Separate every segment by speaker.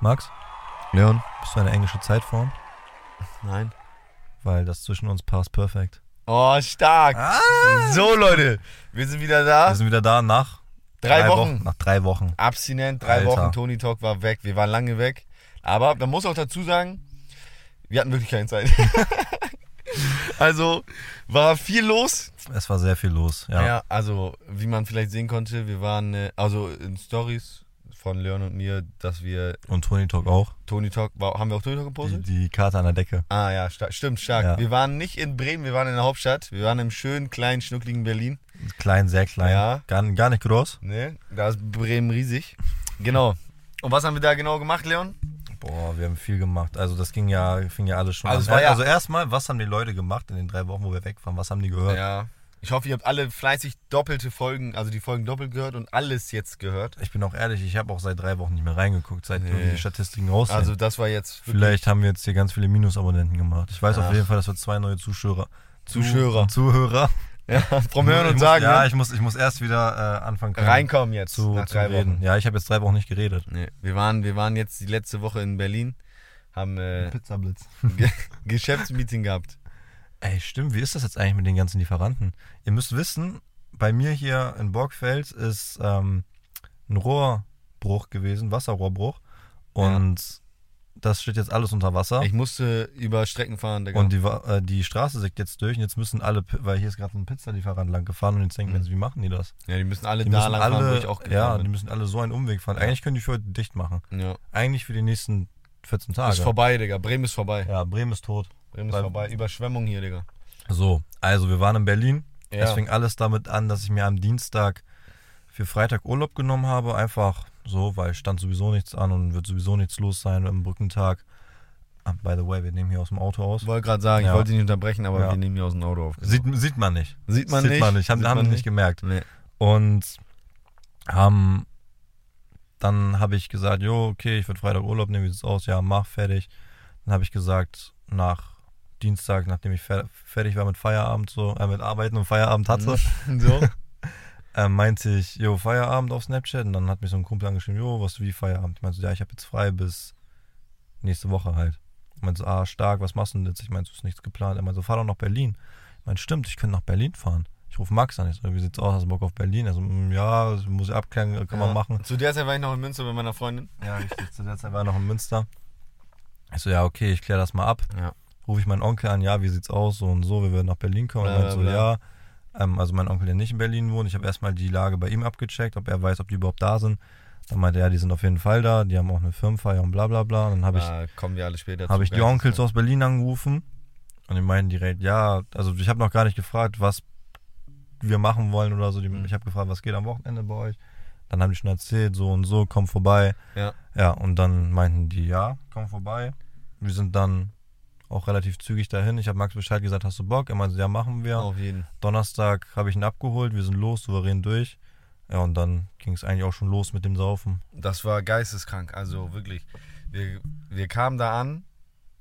Speaker 1: Max,
Speaker 2: Leon?
Speaker 1: bist du eine englische Zeitform?
Speaker 2: Nein.
Speaker 1: Weil das zwischen uns passt perfekt.
Speaker 2: Oh, stark. So, Leute, wir sind wieder da.
Speaker 1: Wir sind wieder da nach
Speaker 2: Drei Wochen.
Speaker 1: Nach drei Wochen.
Speaker 2: Abstinent, drei
Speaker 1: Alter.
Speaker 2: Wochen. Tony Talk war weg. Wir waren lange weg. Aber man muss auch dazu sagen, wir hatten wirklich keine Zeit. also, war viel los.
Speaker 1: Es war sehr viel los. Ja.
Speaker 2: also, wie man vielleicht sehen konnte, wir waren, äh, also in Stories von Leon und mir, dass wir
Speaker 1: Und Tony Talk auch.
Speaker 2: Tony Talk, war, haben wir auch Tony Talk gepostet?
Speaker 1: Die, die Karte an der Decke.
Speaker 2: Ah ja, sta- stimmt, stark.
Speaker 1: Mhm. Ja.
Speaker 2: Wir waren nicht in Bremen, wir waren in der Hauptstadt. Wir waren im schönen, kleinen, schnuckligen Berlin.
Speaker 1: Klein, sehr klein.
Speaker 2: Ja.
Speaker 1: Gar, gar nicht groß.
Speaker 2: Ne? Da ist Bremen riesig. Genau. Und was haben wir da genau gemacht, Leon?
Speaker 1: Boah, wir haben viel gemacht. Also das ging ja, fing ja alles schon
Speaker 2: Also es
Speaker 1: an.
Speaker 2: war ja-
Speaker 1: also erstmal, was haben die Leute gemacht in den drei Wochen, wo wir weg waren? Was haben die gehört?
Speaker 2: Ja. Ich hoffe, ihr habt alle fleißig doppelte Folgen, also die Folgen doppelt gehört und alles jetzt gehört.
Speaker 1: Ich bin auch ehrlich, ich habe auch seit drei Wochen nicht mehr reingeguckt, seit
Speaker 2: Nee.
Speaker 1: die Statistiken raus sind.
Speaker 2: Also das war jetzt wirklich-
Speaker 1: Vielleicht haben wir jetzt hier ganz viele Minusabonnenten gemacht. Ich weiß
Speaker 2: Ach.
Speaker 1: auf jeden Fall, dass wir zwei neue Zuschauer. Zu-
Speaker 2: Zuschauer.
Speaker 1: Zuhörer.
Speaker 2: ja, vom Hören
Speaker 1: Ich
Speaker 2: und
Speaker 1: muss,
Speaker 2: Sagen
Speaker 1: Ja,
Speaker 2: ne?
Speaker 1: ich muss, ich muss erst wieder äh, anfangen können,
Speaker 2: reinkommen jetzt
Speaker 1: zu,
Speaker 2: nach
Speaker 1: zu
Speaker 2: drei
Speaker 1: reden.
Speaker 2: Wochen.
Speaker 1: Ja, ich habe jetzt drei Wochen nicht geredet.
Speaker 2: Nee. Wir, waren, wir waren jetzt die letzte Woche in Berlin, haben äh,
Speaker 1: Pizzablitz.
Speaker 2: Ge- Geschäftsmeeting gehabt.
Speaker 1: Ey, stimmt, wie ist das jetzt eigentlich mit den ganzen Lieferanten? Ihr müsst wissen, bei mir hier in Borgfeld ist ähm, ein Rohrbruch gewesen, Wasserrohrbruch. Und das steht jetzt alles unter Wasser.
Speaker 2: Ich musste über Strecken fahren, Digga.
Speaker 1: Und die, Wa- äh, die Straße sickt jetzt durch und jetzt müssen alle, P- weil hier ist gerade ein Pizzalieferant lang gefahren und jetzt denken wir, jetzt, wie machen die das?
Speaker 2: Ja, die müssen alle
Speaker 1: Die
Speaker 2: Mhm. da
Speaker 1: müssen
Speaker 2: lang fahren, wo ich auch
Speaker 1: alle, ja,
Speaker 2: gefahren
Speaker 1: die müssen alle so einen Umweg fahren. Eigentlich können die für heute dicht machen.
Speaker 2: bin. Ja.
Speaker 1: Eigentlich für die nächsten 14
Speaker 2: Ist
Speaker 1: Tage.
Speaker 2: vorbei, Digga. Bremen ist vorbei.
Speaker 1: Ja, Bremen ist tot.
Speaker 2: Bremen ist
Speaker 1: Weil-
Speaker 2: vorbei. Überschwemmung hier, Digga.
Speaker 1: So, also wir waren in Berlin.
Speaker 2: Ja.
Speaker 1: Es fing alles damit an, dass ich mir am Dienstag für Freitag Urlaub genommen habe. Einfach so, weil stand sowieso nichts an und wird sowieso nichts los sein am Brückentag. Ah, by the way, wir nehmen hier aus dem Auto aus.
Speaker 2: Ich wollte gerade sagen,
Speaker 1: Ja.
Speaker 2: ich wollte dich nicht unterbrechen, aber
Speaker 1: Ja.
Speaker 2: wir nehmen hier aus dem Auto auf.
Speaker 1: Sieht, sieht man nicht.
Speaker 2: Sieht man
Speaker 1: sieht
Speaker 2: nicht.
Speaker 1: Man nicht. Haben,
Speaker 2: Sieht
Speaker 1: haben
Speaker 2: man
Speaker 1: nicht, nicht gemerkt.
Speaker 2: Nee.
Speaker 1: Und haben, dann habe ich gesagt, jo, okay, ich würde Freitag Urlaub nehmen, wie sieht's aus? Ja, mach, fertig. Dann habe ich gesagt, nach Dienstag, nachdem ich fer fertig war mit Feierabend, so, äh, mit Arbeiten und Feierabend hatte,
Speaker 2: So.
Speaker 1: äh, meinte ich, jo, Feierabend auf Snapchat. Und dann hat mich so ein Kumpel angeschrieben, jo, was wie Feierabend? Ich meinte, so, ja, ich habe jetzt frei bis nächste Woche halt. Ich meinte, so, ah, stark, was machst du denn jetzt? Ich meinte, so, ist nichts geplant. Er meinte, so, fahr doch nach Berlin. Ich meinte, stimmt, ich könnte nach Berlin fahren. Ich rufe Max an, ich so, wie sieht's aus, hast du Bock auf Berlin? Also, mm, ja, das muss ich abklären, kann
Speaker 2: Ja.
Speaker 1: man machen.
Speaker 2: Zu der Zeit war ich noch in Münster bei meiner Freundin.
Speaker 1: Ja, richtig, zu der Zeit war er noch in Münster. Ich so, ja, okay, ich kläre das mal ab.
Speaker 2: Ja.
Speaker 1: Rufe ich meinen Onkel an, ja, wie sieht's aus, so und so, wir werden nach Berlin kommen. Und
Speaker 2: Bla,
Speaker 1: meinte so,
Speaker 2: bla,
Speaker 1: ja. Ähm, also mein Onkel, der nicht in Berlin wohnt, ich habe erstmal die Lage bei ihm abgecheckt, ob er weiß, ob die überhaupt da sind. Dann meinte er, ja, die sind auf jeden Fall da, die haben auch eine Firmenfeier und bla bla bla. Und dann habe ich,
Speaker 2: Da kommen wir alle später
Speaker 1: hab
Speaker 2: zu.
Speaker 1: ich die
Speaker 2: Ah, Geil.
Speaker 1: Onkels aus Berlin angerufen und die meinten direkt, ja, also ich habe noch gar nicht gefragt, was wir machen wollen oder so. Die,
Speaker 2: Mhm.
Speaker 1: Ich habe gefragt, was geht am Wochenende bei euch? Dann haben die schon erzählt, so und so, komm vorbei.
Speaker 2: Ja.
Speaker 1: Ja, und dann meinten die, ja, komm vorbei. Wir sind dann auch relativ zügig dahin. Ich habe Max Bescheid gesagt, hast du Bock? Er meinte, ja, machen wir.
Speaker 2: Auf jeden.
Speaker 1: Donnerstag habe ich ihn abgeholt, wir sind los, souverän durch. Ja, und dann ging es eigentlich auch schon los mit dem Saufen.
Speaker 2: Das war geisteskrank. Also wirklich. Wir, wir kamen da an.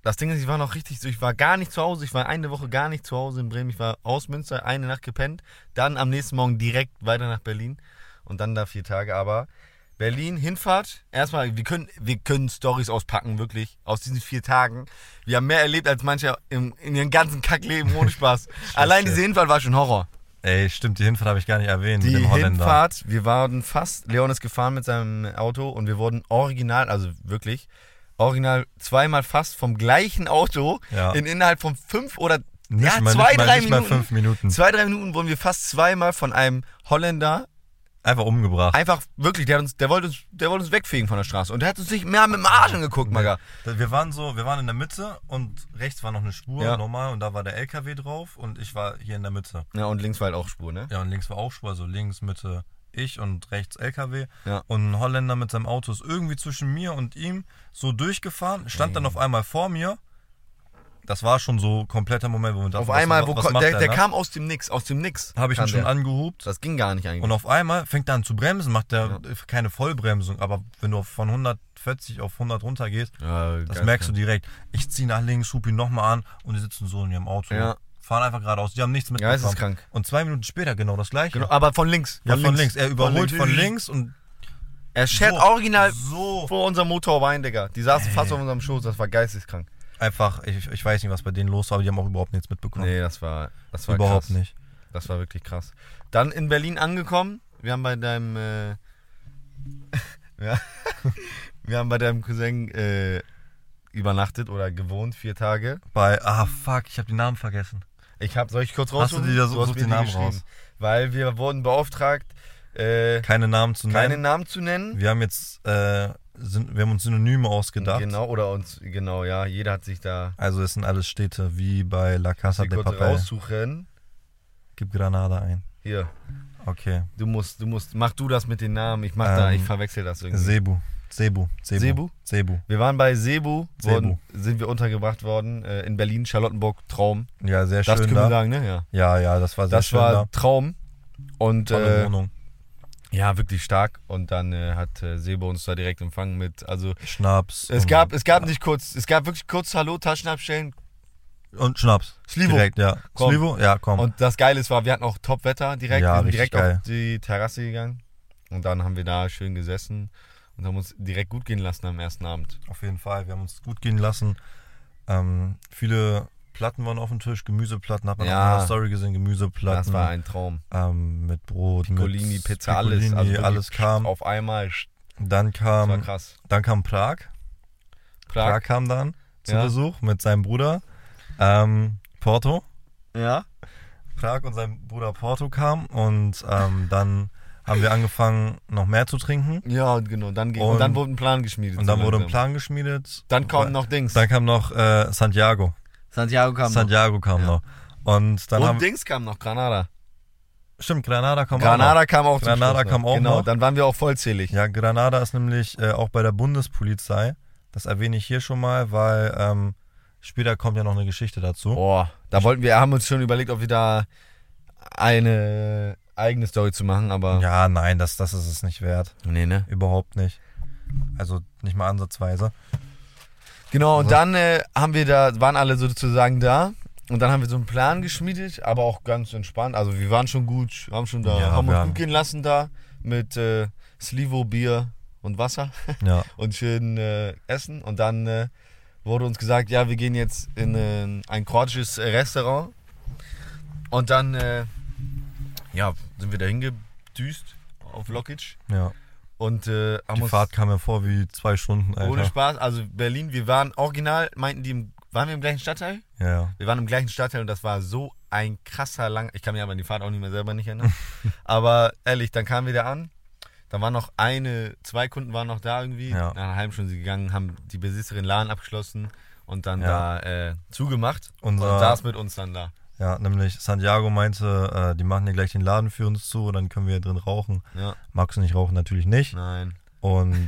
Speaker 2: Das Ding ist, ich war noch richtig so. Ich war gar nicht zu Hause. Ich war eine Woche gar nicht zu Hause in Bremen. Ich war aus Münster, eine Nacht gepennt. Dann am nächsten Morgen direkt weiter nach Berlin. Und dann da vier Tage. Aber Berlin, Hinfahrt. Erstmal, wir können, wir können Stories auspacken, wirklich. Aus diesen vier Tagen. Wir haben mehr erlebt als mancher im, in ihrem ganzen Kackleben ohne Spaß. Allein diese Hinfahrt war schon Horror.
Speaker 1: Ey, stimmt, die Hinfahrt habe ich gar nicht erwähnt
Speaker 2: Die
Speaker 1: mit dem Holländer.
Speaker 2: Hinfahrt, wir waren fast, Leon ist gefahren mit seinem Auto und wir wurden original, also wirklich, original zweimal fast vom gleichen Auto
Speaker 1: Ja.
Speaker 2: in innerhalb von fünf oder
Speaker 1: Nicht
Speaker 2: ja,
Speaker 1: mal,
Speaker 2: zwei,
Speaker 1: nicht mal,
Speaker 2: drei
Speaker 1: nicht
Speaker 2: Minuten.
Speaker 1: mal fünf Minuten.
Speaker 2: Zwei, drei Minuten wurden wir fast zweimal von einem Holländer
Speaker 1: Einfach umgebracht.
Speaker 2: einfach wirklich, der, hat uns, der, wollte uns, der wollte uns wegfegen von der Straße und der hat uns nicht mehr mit dem Arsch angeguckt, Maga.
Speaker 1: Wir waren so, wir waren in der Mitte und rechts war noch eine Spur,
Speaker 2: Ja.
Speaker 1: normal, und da war der LKW drauf und ich war hier in der Mitte.
Speaker 2: Ja, und links war halt auch Spur, ne?
Speaker 1: Ja, und links war auch Spur, also links, Mitte ich und rechts LKW.
Speaker 2: Ja.
Speaker 1: Und ein Holländer mit seinem Auto ist irgendwie zwischen mir und ihm so durchgefahren, stand dann auf einmal vor mir. Das war schon so kompletter Moment, wo wir dachten,
Speaker 2: Auf
Speaker 1: was-
Speaker 2: einmal,
Speaker 1: was,
Speaker 2: wo
Speaker 1: was
Speaker 2: ko-
Speaker 1: macht
Speaker 2: der,
Speaker 1: der,
Speaker 2: der
Speaker 1: ne?
Speaker 2: kam aus dem Nix, aus dem Nix.
Speaker 1: Habe ich ihn
Speaker 2: kam
Speaker 1: schon
Speaker 2: der.
Speaker 1: angehupt.
Speaker 2: Das ging gar nicht eigentlich.
Speaker 1: Und auf einmal fängt er an zu bremsen, macht er keine Vollbremsung, aber wenn du von 140 auf 100 runter gehst,
Speaker 2: ja,
Speaker 1: Das merkst du direkt. Ich ziehe nach links, hup ihn nochmal an und die sitzen so in ihrem Auto.
Speaker 2: Ja.
Speaker 1: Fahren einfach geradeaus. Die haben nichts mitbekommen.
Speaker 2: Geisteskrank.
Speaker 1: Und zwei Minuten später genau das gleiche.
Speaker 2: Genau, aber von links.
Speaker 1: ja, von links. Er überholt von links, und
Speaker 2: Er schert
Speaker 1: So,
Speaker 2: original
Speaker 1: so.
Speaker 2: vor unserem Motorbein, Digga. Die saßen fast
Speaker 1: Äh.
Speaker 2: auf unserem Schoß, das war geisteskrank.
Speaker 1: Einfach, ich, ich weiß nicht, was bei denen los war, aber die haben auch überhaupt nichts mitbekommen.
Speaker 2: Nee, das war, das war
Speaker 1: überhaupt
Speaker 2: krass.
Speaker 1: nicht.
Speaker 2: Das war wirklich krass. Dann in Berlin angekommen. Wir haben bei deinem. Äh, ja, wir haben bei deinem Cousin äh, übernachtet oder gewohnt, vier Tage.
Speaker 1: Bei, ah fuck, ich habe den Namen vergessen.
Speaker 2: Ich hab, soll ich kurz
Speaker 1: Hast du
Speaker 2: raussuchen?
Speaker 1: dir da so-
Speaker 2: hast
Speaker 1: such
Speaker 2: mir
Speaker 1: den
Speaker 2: die
Speaker 1: Namen
Speaker 2: geschrieben.
Speaker 1: raus.
Speaker 2: Weil wir wurden beauftragt, äh,
Speaker 1: Keine Namen zu
Speaker 2: keine
Speaker 1: nennen.
Speaker 2: Namen zu nennen.
Speaker 1: Wir haben jetzt, äh, sind, wir haben uns Synonyme ausgedacht.
Speaker 2: Genau, oder uns, genau, ja, jeder hat sich da
Speaker 1: Also es sind alles Städte, wie bei La Casa
Speaker 2: sie
Speaker 1: de
Speaker 2: kurz
Speaker 1: Papel.
Speaker 2: raussuchen.
Speaker 1: Gib Granada ein.
Speaker 2: Hier,
Speaker 1: Okay.
Speaker 2: du musst, du musst, mach du das mit den Namen. Ich mach da,
Speaker 1: Ähm,
Speaker 2: ich verwechsel das irgendwie.
Speaker 1: Cebu. Cebu. Cebu.
Speaker 2: Cebu?
Speaker 1: Cebu.
Speaker 2: Wir waren bei Sebu,
Speaker 1: Cebu.
Speaker 2: wurden, sind wir untergebracht worden äh, in Berlin, Charlottenburg, Traum.
Speaker 1: Ja, sehr
Speaker 2: Das
Speaker 1: schön
Speaker 2: können wir
Speaker 1: da.
Speaker 2: sagen, ne? Ja.
Speaker 1: Ja, ja, das war sehr
Speaker 2: Das
Speaker 1: schön
Speaker 2: war
Speaker 1: da.
Speaker 2: Traum. Und
Speaker 1: Tolle
Speaker 2: äh,
Speaker 1: Wohnung.
Speaker 2: ja, wirklich stark. Und dann äh, hat äh, Sebo uns da direkt empfangen mit. Also
Speaker 1: Schnaps.
Speaker 2: es
Speaker 1: und-
Speaker 2: gab, es gab nicht kurz, es gab wirklich kurz Hallo, Taschen abstellen.
Speaker 1: Und Schnaps.
Speaker 2: Slivo.
Speaker 1: Direkt, ja.
Speaker 2: Komm.
Speaker 1: Slivo? Ja, komm.
Speaker 2: Und das Geile ist, war, wir hatten auch Top-Wetter direkt.
Speaker 1: Ja,
Speaker 2: wir sind
Speaker 1: richtig
Speaker 2: direkt
Speaker 1: geil.
Speaker 2: auf die Terrasse gegangen. Und dann haben wir da schön gesessen und haben uns direkt gut gehen lassen am ersten Abend.
Speaker 1: Auf jeden Fall. Wir haben uns gut gehen lassen. Ähm, viele Platten waren auf dem Tisch. Gemüseplatten hat man
Speaker 2: Ja.
Speaker 1: auch in der Story gesehen. Gemüseplatten.
Speaker 2: Das war ein Traum.
Speaker 1: ähm, mit Brot,
Speaker 2: Colini,
Speaker 1: mit
Speaker 2: Pizza, alles.
Speaker 1: Piccolini,
Speaker 2: Also wirklich
Speaker 1: alles kam.
Speaker 2: Auf einmal.
Speaker 1: Dann
Speaker 2: Das war
Speaker 1: kam,
Speaker 2: krass.
Speaker 1: dann kam Prag. Prag,
Speaker 2: Prag.
Speaker 1: kam dann zu
Speaker 2: Ja.
Speaker 1: Besuch mit seinem Bruder ähm, Porto.
Speaker 2: Ja.
Speaker 1: Prag und sein Bruder Porto kam und ähm, dann haben wir angefangen, noch mehr zu trinken.
Speaker 2: Ja, genau. Dann ging, und,
Speaker 1: Und-
Speaker 2: dann wurde ein Plan geschmiedet.
Speaker 1: Und
Speaker 2: so
Speaker 1: dann wurde ein
Speaker 2: langsam.
Speaker 1: Plan geschmiedet. Äh,
Speaker 2: Dann kommen noch Dings.
Speaker 1: Dann kam noch äh, Santiago.
Speaker 2: Santiago kam
Speaker 1: Santiago kam
Speaker 2: Ja.
Speaker 1: noch. Und dann
Speaker 2: noch. Und
Speaker 1: haben
Speaker 2: Dings kam noch, Granada.
Speaker 1: Stimmt, Granada kam auch noch.
Speaker 2: Granada kam auch zum
Speaker 1: Granada
Speaker 2: Schluss noch.
Speaker 1: kam auch
Speaker 2: Genau,
Speaker 1: noch.
Speaker 2: dann waren wir auch vollzählig.
Speaker 1: Ja, Granada ist nämlich äh, auch bei der Bundespolizei. Das erwähne ich hier schon mal, weil ähm, später kommt ja noch eine Geschichte dazu.
Speaker 2: Boah, da wollten wir, haben uns schon überlegt, ob wir da eine eigene Story zu machen, aber
Speaker 1: Ja, nein, das, das ist es nicht wert.
Speaker 2: nee, ne?
Speaker 1: Überhaupt nicht. Also nicht mal ansatzweise.
Speaker 2: Genau, und
Speaker 1: Also-
Speaker 2: dann äh, haben wir da, waren alle sozusagen da. Und dann haben wir so einen Plan geschmiedet, aber auch ganz entspannt. Also wir waren schon gut, haben schon da,
Speaker 1: Ja,
Speaker 2: haben
Speaker 1: wir
Speaker 2: uns
Speaker 1: haben-
Speaker 2: gut gehen lassen da mit äh, Slivo, Bier und Wasser.
Speaker 1: Ja.
Speaker 2: und schön äh, essen. Und dann äh, wurde uns gesagt, ja, wir gehen jetzt in äh, ein kroatisches äh, Restaurant. Und dann äh, ja, sind wir da hingedüst auf Lokic.
Speaker 1: Ja.
Speaker 2: Und äh, haben
Speaker 1: Die
Speaker 2: uns
Speaker 1: Fahrt kam mir vor wie zwei Stunden, Alter.
Speaker 2: ohne Spaß, also Berlin, wir waren original, meinten die, im, waren wir im gleichen Stadtteil?
Speaker 1: Ja, ja.
Speaker 2: Wir waren im gleichen Stadtteil und das war so ein krasser lang. Ich kann mich aber an die Fahrt auch nicht mehr selber nicht erinnern. aber ehrlich, dann kamen wir da an. Dann waren noch eine, zwei Kunden waren noch da irgendwie.
Speaker 1: Ja.
Speaker 2: Nach einer halben Stunde sind sie gegangen, haben die Besitzerin Laden abgeschlossen und dann
Speaker 1: Ja.
Speaker 2: da äh, zugemacht
Speaker 1: Unser-
Speaker 2: und saß mit uns dann da.
Speaker 1: Ja, nämlich Santiago meinte, äh, die machen hier gleich den Laden für uns zu und dann können wir hier drin rauchen.
Speaker 2: Ja.
Speaker 1: Magst du nicht rauchen? Natürlich nicht.
Speaker 2: Nein,
Speaker 1: Und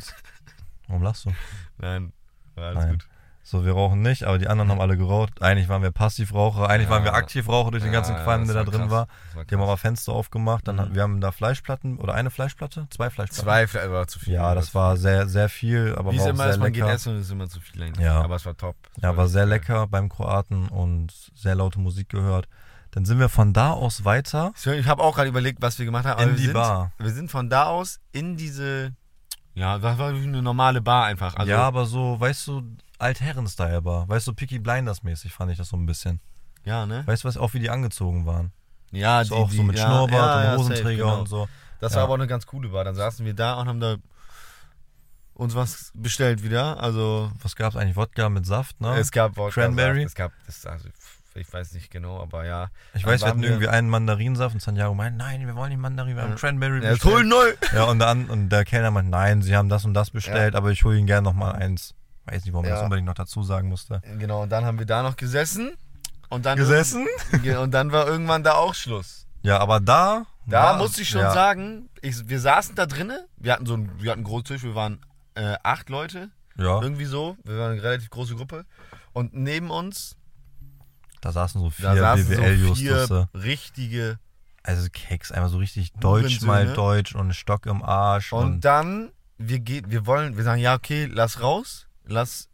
Speaker 1: warum lachst du?
Speaker 2: nein, war alles
Speaker 1: Nein.
Speaker 2: gut.
Speaker 1: So, wir rauchen nicht, aber die anderen haben alle geraucht. Eigentlich waren wir Passivraucher, eigentlich
Speaker 2: Ja.
Speaker 1: waren wir Aktivraucher durch den ganzen
Speaker 2: Ja,
Speaker 1: Qualm,
Speaker 2: das
Speaker 1: der da
Speaker 2: war
Speaker 1: drin
Speaker 2: krass.
Speaker 1: war.
Speaker 2: Das war
Speaker 1: Die haben
Speaker 2: krass.
Speaker 1: aber Fenster aufgemacht. Dann hat,
Speaker 2: Mhm.
Speaker 1: wir haben da Fleischplatten oder eine Fleischplatte, zwei Fleischplatten.
Speaker 2: zwei, vielleicht war zu viel.
Speaker 1: Ja, das war sehr, sehr viel, aber
Speaker 2: Wie es
Speaker 1: war auch
Speaker 2: immer
Speaker 1: sehr
Speaker 2: ist, man
Speaker 1: lecker.
Speaker 2: geht essen und es ist immer zu viel eigentlich.
Speaker 1: Ja.
Speaker 2: Aber es war top. Es
Speaker 1: Ja, war sehr
Speaker 2: geil.
Speaker 1: lecker beim Kroaten und sehr laute Musik gehört. Dann sind wir von da aus weiter.
Speaker 2: Ich, ich habe auch gerade überlegt, was wir gemacht haben.
Speaker 1: In
Speaker 2: wir
Speaker 1: die
Speaker 2: sind,
Speaker 1: Bar.
Speaker 2: Wir sind von da aus in diese. Ja, das war eine normale Bar einfach. Also,
Speaker 1: ja, aber so, weißt du, Altherren-Style war. Weißt du, Peaky Blinders-mäßig fand ich das so ein bisschen.
Speaker 2: ja, ne?
Speaker 1: Weißt du, was, auch wie die angezogen waren.
Speaker 2: Ah, Ja,
Speaker 1: Also auch so mit Schnurrbart und Hosenträger
Speaker 2: safe, genau.
Speaker 1: und so.
Speaker 2: Das
Speaker 1: Ja.
Speaker 2: war aber auch eine ganz coole Bar. Dann saßen wir da und haben da uns was bestellt wieder. Also,
Speaker 1: Was gab's eigentlich? Wodka mit Saft, ne?
Speaker 2: es gab Wodka,
Speaker 1: Cranberry?
Speaker 2: Saft, Es gab, es, also, ich weiß nicht genau, aber ja.
Speaker 1: ich
Speaker 2: dann
Speaker 1: weiß, wir
Speaker 2: waren
Speaker 1: hatten
Speaker 2: wir-
Speaker 1: irgendwie einen Mandarinsaft und Santiago meinte, nein, wir wollen nicht Mandarin, wir haben
Speaker 2: Ja.
Speaker 1: Cranberry
Speaker 2: ja jetzt hol neu!
Speaker 1: Ja, und, dann, und der Kellner meint, nein, sie haben das und das bestellt, aber ich hole ihnen gerne nochmal eins. Weiß nicht, warum ich
Speaker 2: Ja.
Speaker 1: das unbedingt noch dazu sagen musste.
Speaker 2: Genau, und dann haben wir da noch gesessen. Und dann,
Speaker 1: Gesessen?
Speaker 2: Und dann war irgendwann da auch Schluss.
Speaker 1: Ja, aber da.
Speaker 2: Da
Speaker 1: war-
Speaker 2: muss ich schon
Speaker 1: ja,
Speaker 2: sagen, ich, wir saßen da drinnen, wir hatten so einen, wir hatten einen großen Tisch, wir waren äh, acht Leute,
Speaker 1: Ja,
Speaker 2: irgendwie so, wir waren eine relativ große Gruppe und neben uns,
Speaker 1: da saßen so vier
Speaker 2: da saßen so
Speaker 1: BWL-Justusse.
Speaker 2: vier richtige
Speaker 1: also Keks, einmal so richtig deutsch
Speaker 2: Hurensöhne.
Speaker 1: mal deutsch und Stock im Arsch.
Speaker 2: und,
Speaker 1: Und,
Speaker 2: dann, wir, geht, wir wollen, wir sagen, ja okay, lass raus, lass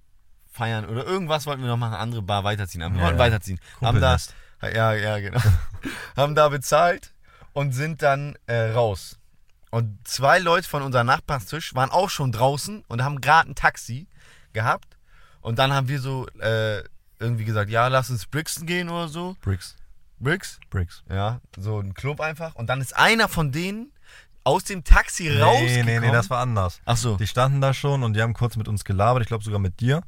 Speaker 2: feiern oder irgendwas wollten wir noch machen, andere Bar weiterziehen, aber wir
Speaker 1: Ja,
Speaker 2: wollten
Speaker 1: ja.
Speaker 2: weiterziehen, haben da,
Speaker 1: Kumpelnest.
Speaker 2: ja, ja, genau, haben da bezahlt und sind dann äh, raus Und zwei Leute von unserem Nachbarstisch waren auch schon draußen und haben gerade ein Taxi gehabt. Und dann haben wir so äh, irgendwie gesagt, ja, lass uns Brixton gehen oder so.
Speaker 1: Bricks.
Speaker 2: Bricks?
Speaker 1: Bricks.
Speaker 2: Ja, so ein Club einfach. Und dann ist einer von denen aus dem Taxi rausgekommen.
Speaker 1: nee, nee, das war anders.
Speaker 2: Ach so.
Speaker 1: Die standen da schon und die haben kurz mit uns gelabert, ich glaube sogar mit dir.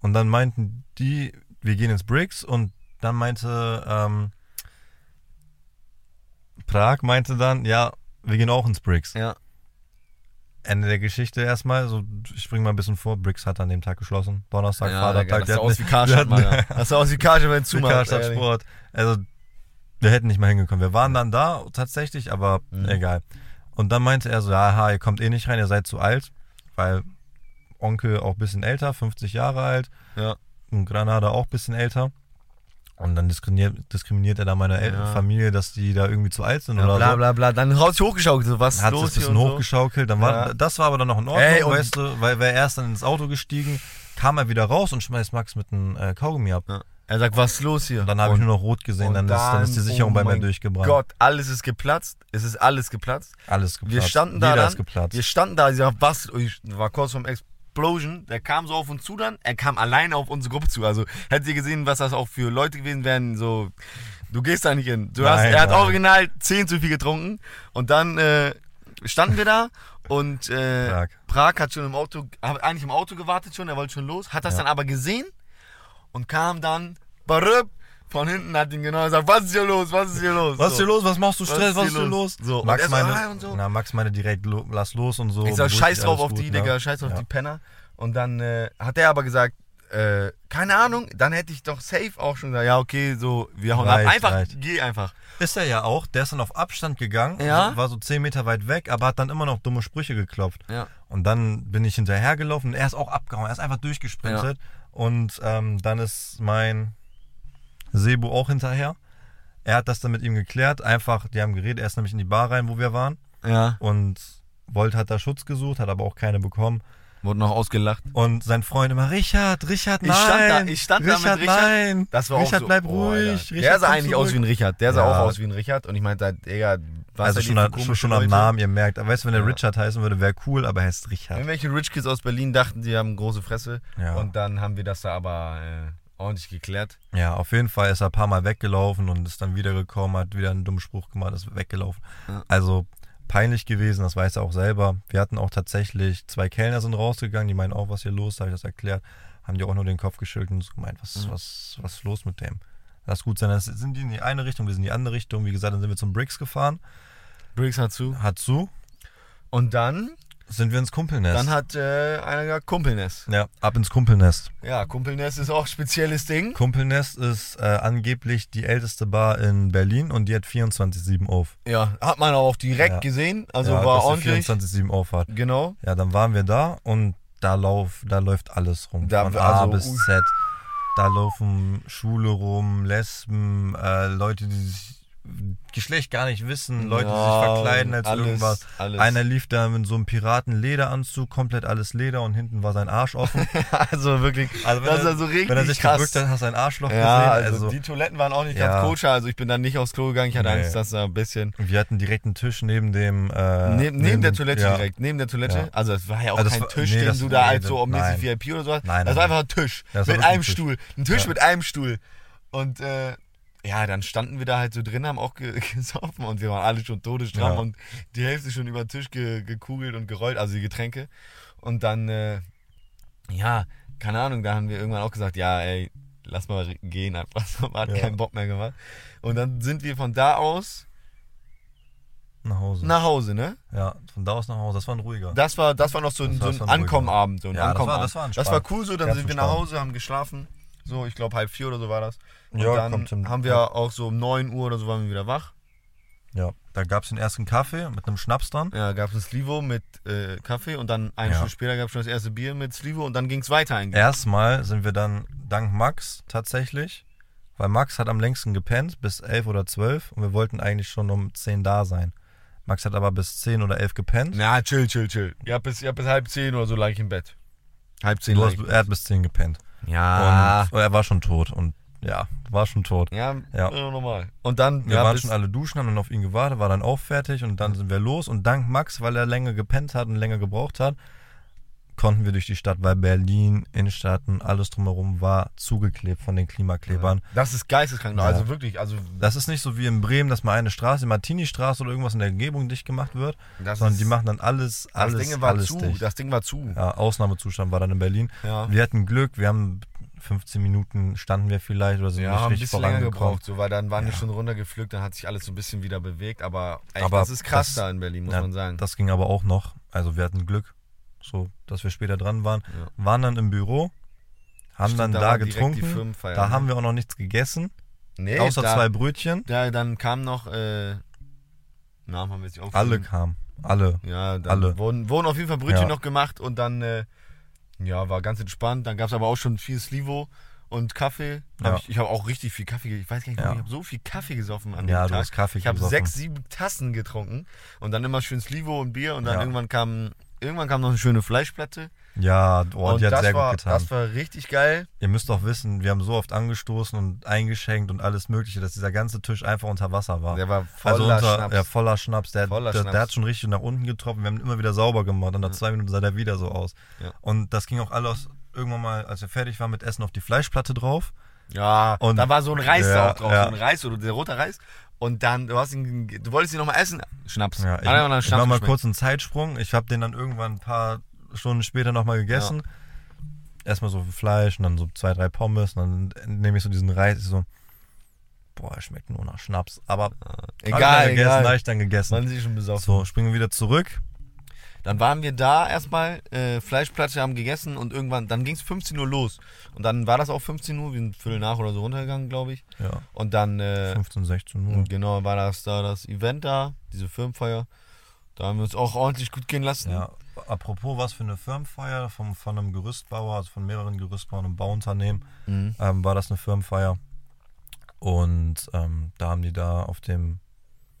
Speaker 1: Und dann meinten die, wir gehen ins Bricks und dann meinte ähm, Prag meinte dann, ja, wir gehen auch ins Bricks.
Speaker 2: Ja.
Speaker 1: Ende der Geschichte erstmal, so ich springe mal ein bisschen vor, Bricks hat an dem Tag geschlossen. Donnerstag,
Speaker 2: Ja, Digga,
Speaker 1: Vatertag,
Speaker 2: das sah
Speaker 1: hatten-
Speaker 2: aus wie
Speaker 1: wir
Speaker 2: Karstadt,
Speaker 1: hatten-
Speaker 2: Mann. Das sah aus wie Karstadt, wenn es
Speaker 1: zu
Speaker 2: zumacht.
Speaker 1: Karstadt
Speaker 2: ehrlich.
Speaker 1: Sport. Also, wir hätten nicht mal hingekommen. Wir waren dann da tatsächlich, aber
Speaker 2: Mhm.
Speaker 1: egal. Und dann meinte er so, aha, ihr kommt eh nicht rein, ihr seid zu alt, weil Onkel auch ein bisschen älter, 50 Jahre alt,
Speaker 2: Ja.
Speaker 1: und Granada auch ein bisschen älter. Und dann diskriminiert, diskriminiert er da meine El
Speaker 2: Ja.
Speaker 1: Familie, dass die da irgendwie zu alt sind
Speaker 2: Ja,
Speaker 1: oder
Speaker 2: bla
Speaker 1: so.
Speaker 2: bla bla. Dann raus hochgeschaut, so was ist
Speaker 1: Hat sich ein
Speaker 2: los hier
Speaker 1: bisschen
Speaker 2: und so.
Speaker 1: hochgeschaukelt. Dann war,
Speaker 2: Ja.
Speaker 1: Das war aber dann noch in Ordnung,
Speaker 2: Ey, und-
Speaker 1: weißt du, weil, weil er ist dann ins Auto gestiegen, kam er wieder raus und schmeißt Max mit einem äh, Kaugummi ab.
Speaker 2: Ja. Er sagt, was ist los hier?
Speaker 1: Und dann habe ich
Speaker 2: Und
Speaker 1: nur noch rot gesehen,
Speaker 2: und
Speaker 1: dann, ist, dann ist die
Speaker 2: dann,
Speaker 1: Sicherung
Speaker 2: oh
Speaker 1: bei mir
Speaker 2: mein
Speaker 1: durchgebrannt.
Speaker 2: Gott, alles ist geplatzt. Es ist alles geplatzt.
Speaker 1: Alles geplatzt.
Speaker 2: Wir standen
Speaker 1: Jeder
Speaker 2: da.
Speaker 1: ist
Speaker 2: Dann,
Speaker 1: geplatzt.
Speaker 2: wir standen da, ich sag, was? Ich war kurz vorm Explosion. Der kam so auf uns zu dann. Er kam alleine auf unsere Gruppe zu. Also hättet ihr gesehen, was das auch für Leute gewesen wären, so. Du gehst da nicht hin. Du hast,
Speaker 1: Nein,
Speaker 2: er hat
Speaker 1: nein.
Speaker 2: original 10 zu viel getrunken. Und dann äh, standen wir da und äh,
Speaker 1: Prag.
Speaker 2: Prag hat schon im Auto, hat eigentlich im Auto gewartet schon, er wollte schon los, hat das dann aber gesehen und kam dann barüb, von hinten, hat ihn genau gesagt, was ist hier los, was ist hier los?
Speaker 1: was ist
Speaker 2: So.
Speaker 1: hier los? Was machst du
Speaker 2: Was
Speaker 1: Stress?
Speaker 2: ist
Speaker 1: Was
Speaker 2: hier
Speaker 1: ist hier los?
Speaker 2: los? So, und
Speaker 1: Max,
Speaker 2: er so,
Speaker 1: meine,
Speaker 2: ah, und so.
Speaker 1: na, Max meine direkt, lo- lass los und so.
Speaker 2: Ich sag,
Speaker 1: Beruhigt
Speaker 2: scheiß
Speaker 1: dich,
Speaker 2: drauf
Speaker 1: Oh, alles
Speaker 2: auf die,
Speaker 1: gut, ne?
Speaker 2: Digga, scheiß auf
Speaker 1: Ja.
Speaker 2: die Penner. Und dann äh, hat er aber gesagt, äh, keine Ahnung, dann hätte ich doch safe auch schon gesagt, ja, okay, so, wir hauen
Speaker 1: Reicht,
Speaker 2: ab. Einfach,
Speaker 1: reicht.
Speaker 2: geh einfach.
Speaker 1: Ist er ja auch, der ist dann auf Abstand gegangen,
Speaker 2: Ja.
Speaker 1: so- war so 10 Meter weit weg, aber hat dann immer noch dumme Sprüche geklopft.
Speaker 2: Ja.
Speaker 1: Und dann bin ich hinterhergelaufen und er ist auch abgehauen, er ist einfach durchgesprintet. Und ähm, dann ist mein Sebo auch hinterher. Er hat das dann mit ihm geklärt, einfach, die haben geredet, er ist nämlich in die Bar rein, wo wir waren.
Speaker 2: Ja.
Speaker 1: und Volt hat da Schutz gesucht, hat aber auch keine bekommen.
Speaker 2: Wurde noch ausgelacht.
Speaker 1: Und sein Freund immer, Richard, Richard,
Speaker 2: Ich
Speaker 1: nein.
Speaker 2: stand da- ich stand da
Speaker 1: Richard,
Speaker 2: mit Richard.
Speaker 1: Nein.
Speaker 2: Das war
Speaker 1: Richard,
Speaker 2: auch so,
Speaker 1: bleib
Speaker 2: oh,
Speaker 1: ruhig. Richard,
Speaker 2: Alter. der sah
Speaker 1: komm
Speaker 2: eigentlich
Speaker 1: zurück.
Speaker 2: aus wie ein Richard. Der sah
Speaker 1: Ja.
Speaker 2: auch aus wie ein Richard. Und ich meinte, Digga, was
Speaker 1: Also
Speaker 2: seid ihr
Speaker 1: schon,
Speaker 2: für
Speaker 1: an,
Speaker 2: komische
Speaker 1: schon, schon am
Speaker 2: Leute?
Speaker 1: Namen, ihr merkt. Aber weißt du, wenn der
Speaker 2: Ja.
Speaker 1: Richard heißen würde, wäre cool, aber er heißt Richard.
Speaker 2: Irgendwelche Rich Kids aus Berlin dachten, die haben große Fresse.
Speaker 1: Ja.
Speaker 2: Und dann haben wir das da aber äh, ordentlich geklärt.
Speaker 1: Ja, auf jeden Fall ist er ein paar Mal weggelaufen und ist dann wiedergekommen, hat wieder einen dummen Spruch gemacht, ist weggelaufen.
Speaker 2: Ja.
Speaker 1: Also peinlich gewesen, das weiß er auch selber. Wir hatten auch tatsächlich, zwei Kellner sind rausgegangen, die meinen auch, was hier los, ist, habe ich das erklärt. Haben die auch nur den Kopf geschüttelt und so gemeint, was, was, was ist los mit dem? Lass gut sein. Das sind die in die eine Richtung, wir sind in die andere Richtung. Wie gesagt, dann sind wir zum Bricks gefahren,
Speaker 2: Briggs hat zu.
Speaker 1: hat zu,
Speaker 2: Und dann,
Speaker 1: sind wir ins Kumpelnest.
Speaker 2: dann hat äh, einer gesagt, Kumpelnest.
Speaker 1: ja, ab ins Kumpelnest.
Speaker 2: Ja, Kumpelnest ist auch ein spezielles Ding.
Speaker 1: Kumpelnest ist äh, angeblich die älteste Bar in Berlin und die hat 24-7 auf.
Speaker 2: Ja, hat man aber auch direkt
Speaker 1: Ja.
Speaker 2: gesehen. Also
Speaker 1: ja,
Speaker 2: war
Speaker 1: dass sie
Speaker 2: ordentlich.
Speaker 1: 24-7 aufhat.
Speaker 2: Genau.
Speaker 1: Ja, dann waren wir da und da, lauf, da läuft alles rum.
Speaker 2: Da-
Speaker 1: Von A
Speaker 2: also,
Speaker 1: bis
Speaker 2: ui.
Speaker 1: Z. Da laufen Schule rum, Lesben, äh, Leute, die sich Geschlecht gar nicht wissen, Leute, die sich
Speaker 2: Ja,
Speaker 1: verkleiden als
Speaker 2: alles,
Speaker 1: irgendwas.
Speaker 2: Alles.
Speaker 1: Einer lief da mit so einem Piratenlederanzug, komplett alles Leder und hinten war sein Arsch offen.
Speaker 2: also wirklich.
Speaker 1: Also wenn,
Speaker 2: das ist
Speaker 1: er,
Speaker 2: also richtig
Speaker 1: wenn er sich
Speaker 2: krass.
Speaker 1: gebückt hat, hast du ein Arschloch
Speaker 2: Ja,
Speaker 1: gesehen.
Speaker 2: also,
Speaker 1: Also,
Speaker 2: die Toiletten waren auch nicht
Speaker 1: Ja.
Speaker 2: ganz koscher, also ich bin dann nicht aufs Klo gegangen, ich hatte
Speaker 1: Nee.
Speaker 2: Angst, dass da ein bisschen...
Speaker 1: wir hatten direkt einen Tisch neben dem... Äh,
Speaker 2: Ne-, neben, neben der
Speaker 1: dem-
Speaker 2: Toilette
Speaker 1: ja.
Speaker 2: direkt, neben der Toilette.
Speaker 1: Ja.
Speaker 2: Also es war ja auch
Speaker 1: Also das
Speaker 2: kein
Speaker 1: war-
Speaker 2: Tisch,
Speaker 1: nee,
Speaker 2: den
Speaker 1: das-
Speaker 2: du da
Speaker 1: nee,
Speaker 2: als so
Speaker 1: das-
Speaker 2: um
Speaker 1: nein.
Speaker 2: nächsten VIP oder so hast.
Speaker 1: Nein,
Speaker 2: das
Speaker 1: nein,
Speaker 2: war
Speaker 1: nein.
Speaker 2: einfach ein Tisch
Speaker 1: Ja, das war
Speaker 2: mit
Speaker 1: wirklich
Speaker 2: einem
Speaker 1: ein Tisch.
Speaker 2: Stuhl. Ein Tisch
Speaker 1: Ja.
Speaker 2: mit einem Stuhl. Und äh, ja, dann standen wir da halt so drin, haben auch ge gesoffen und wir waren alle schon todesstramm
Speaker 1: Ja.
Speaker 2: und die Hälfte schon über den Tisch ge gekugelt und gerollt, also die Getränke. Und dann, äh, ja, keine Ahnung, da haben wir irgendwann auch gesagt, ja, ey, lass mal re- gehen einfach. Man hat
Speaker 1: Ja.
Speaker 2: keinen Bock mehr gemacht. Und dann sind wir von da aus
Speaker 1: Nach Hause.
Speaker 2: nach Hause, ne?
Speaker 1: Ja, von da aus nach Hause. Das war ein ruhiger.
Speaker 2: Das war, das war noch so
Speaker 1: Das
Speaker 2: ein, so
Speaker 1: war
Speaker 2: ein
Speaker 1: schon ruhiger.
Speaker 2: Ankommenabend. So ein
Speaker 1: Ja, das war-
Speaker 2: Ankommenabend.
Speaker 1: das war entspannt.
Speaker 2: das war cool so, dann
Speaker 1: Ganz
Speaker 2: sind wir nach
Speaker 1: entspannt.
Speaker 2: Hause, haben geschlafen. So, ich glaube halb vier oder so war das. Und
Speaker 1: Ja,
Speaker 2: dann
Speaker 1: kommt hin.
Speaker 2: haben wir auch so um 9 Uhr oder so waren wir wieder wach.
Speaker 1: Ja, da gab es den ersten Kaffee mit einem Schnaps dran.
Speaker 2: Ja, gab es ein Slivo mit äh, Kaffee und dann eine
Speaker 1: Ja.
Speaker 2: Stunde später gab es schon das erste Bier mit Slivo und dann ging es weiter eigentlich.
Speaker 1: Erstmal sind wir dann dank Max tatsächlich, weil Max hat am längsten gepennt bis 11 oder 12 und wir wollten eigentlich schon um 10 da sein. Max hat aber bis 10 oder 11 gepennt.
Speaker 2: Na, chill, chill, chill. Ja, bis, ja, bis halb zehn oder so lag ich im Bett. Halb zehn
Speaker 1: Du
Speaker 2: lag
Speaker 1: hast,
Speaker 2: ich.
Speaker 1: er hat bis 10 gepennt.
Speaker 2: Ja.
Speaker 1: Und er war schon tot und ja, war schon tot.
Speaker 2: Ja,
Speaker 1: Ja.
Speaker 2: ja. normal. Und dann,
Speaker 1: Wir
Speaker 2: ja,
Speaker 1: waren
Speaker 2: bis-
Speaker 1: schon alle duschen, haben dann auf ihn gewartet, war dann auch fertig und dann sind wir los und dank Max, weil er länger gepennt hat und länger gebraucht hat, konnten wir durch die Stadt, weil Berlin, Innenstaaten, alles drumherum war zugeklebt von den Klimaklebern.
Speaker 2: Das ist geisteskrank.
Speaker 1: Ja.
Speaker 2: Also wirklich, also
Speaker 1: Das ist nicht so wie in Bremen, dass mal eine Straße, Martini-Straße oder irgendwas in der Umgebung dicht gemacht wird,
Speaker 2: das,
Speaker 1: sondern
Speaker 2: ist,
Speaker 1: die machen dann alles,
Speaker 2: das
Speaker 1: alles,
Speaker 2: Ding war
Speaker 1: alles
Speaker 2: zu.
Speaker 1: dicht.
Speaker 2: Das Ding war zu.
Speaker 1: Ja, Ausnahmezustand war dann in Berlin.
Speaker 2: Ja.
Speaker 1: Wir hatten Glück, wir haben 15 Minuten standen wir vielleicht oder sind
Speaker 2: Ja,
Speaker 1: nicht
Speaker 2: haben ein
Speaker 1: richtig
Speaker 2: bisschen länger
Speaker 1: vorangekommen.
Speaker 2: gebraucht, so, weil dann waren wir
Speaker 1: Ja.
Speaker 2: schon runtergepflückt, dann hat sich alles so ein bisschen wieder bewegt, aber, echt,
Speaker 1: Aber
Speaker 2: das ist krass
Speaker 1: das-
Speaker 2: da in Berlin, muss
Speaker 1: Ja,
Speaker 2: man sagen.
Speaker 1: Das ging aber auch noch. Also wir hatten Glück, so dass wir später dran waren.
Speaker 2: Ja.
Speaker 1: Waren dann im Büro, haben
Speaker 2: Stimmt,
Speaker 1: dann da,
Speaker 2: war direkt Die
Speaker 1: getrunken.
Speaker 2: Firmenfeier,
Speaker 1: Da
Speaker 2: ne?
Speaker 1: haben wir auch noch nichts gegessen,
Speaker 2: nee,
Speaker 1: außer
Speaker 2: da,
Speaker 1: zwei Brötchen.
Speaker 2: Da, dann kam noch, äh, Namen haben wir jetzt nicht
Speaker 1: Alle
Speaker 2: aufgeschrieben.
Speaker 1: kamen, alle.
Speaker 2: Ja, dann
Speaker 1: Alle.
Speaker 2: Wurden, wurden auf jeden Fall Brötchen
Speaker 1: Ja.
Speaker 2: noch gemacht und dann, äh, ja, war ganz entspannt. Dann gab es aber auch schon viel Slivo und Kaffee.
Speaker 1: Ja.
Speaker 2: Hab ich ich habe auch richtig viel Kaffee, ge- ich weiß gar nicht, warum,
Speaker 1: Ja.
Speaker 2: ich habe so viel Kaffee gesoffen an
Speaker 1: Ja,
Speaker 2: dem
Speaker 1: du
Speaker 2: Tag.
Speaker 1: hast Kaffee
Speaker 2: ich habe
Speaker 1: gesoffen.
Speaker 2: sechs, sieben Tassen getrunken und dann immer schön Slivo und Bier und dann
Speaker 1: Ja.
Speaker 2: irgendwann kam... Irgendwann kam noch eine schöne Fleischplatte.
Speaker 1: Ja, oh, die hat
Speaker 2: das,
Speaker 1: sehr
Speaker 2: war,
Speaker 1: gut getan.
Speaker 2: das war richtig geil.
Speaker 1: Ihr müsst doch wissen, wir haben so oft angestoßen und eingeschenkt und alles Mögliche, dass dieser ganze Tisch einfach unter Wasser war.
Speaker 2: Der war
Speaker 1: also
Speaker 2: voller
Speaker 1: unser,
Speaker 2: Schnaps.
Speaker 1: Ja, voller Schnaps. Der, der,
Speaker 2: Voller
Speaker 1: der
Speaker 2: Schnaps. Mhm.
Speaker 1: hat schon richtig nach unten getroffen. Wir haben ihn immer wieder sauber gemacht und nach zwei Minuten sah der wieder so aus.
Speaker 2: Ja.
Speaker 1: Und das ging auch alles irgendwann mal, als wir fertig waren mit Essen, auf die Fleischplatte drauf.
Speaker 2: Ja,
Speaker 1: Und-
Speaker 2: da war so ein Reis
Speaker 1: Ja,
Speaker 2: auch drauf,
Speaker 1: ja.
Speaker 2: so ein Reis oder der rote Reis. Und dann, du, hast ihn, du wolltest ihn nochmal essen. Schnaps.
Speaker 1: Ja, ich,
Speaker 2: Hat er noch einen
Speaker 1: ich mach mal
Speaker 2: geschmeckt.
Speaker 1: kurz einen Zeitsprung. Ich habe den dann irgendwann ein paar Stunden später nochmal gegessen. Erstmal so Fleisch und dann so zwei, drei Pommes. Und dann nehme ich so diesen Reis. Ich so, boah, er schmeckt nur nach Schnaps. Aber hab ich dann
Speaker 2: Egal,
Speaker 1: gegessen,
Speaker 2: egal.
Speaker 1: hab ich dann gegessen.
Speaker 2: Man sieht schon besoffen.
Speaker 1: So, springen wir wieder zurück.
Speaker 2: Dann waren wir da erstmal, äh, Fleischplatte haben gegessen und irgendwann, dann ging es 15 Uhr los. Und dann war das auch 15 Uhr, wir sind Viertel nach oder so runtergegangen, glaube ich.
Speaker 1: Ja,
Speaker 2: Und dann, äh,
Speaker 1: 15, 16 Uhr.
Speaker 2: und genau, war das da das Event da, diese Firmenfeier. Da haben wir uns auch ordentlich gut gehen lassen.
Speaker 1: Ja, apropos was für eine Firmenfeier vom, von einem Gerüstbauer, also von mehreren Gerüstbauern und Bauunternehmen,
Speaker 2: Mhm.
Speaker 1: ähm, war das eine Firmenfeier. Und ähm, da haben die da auf dem,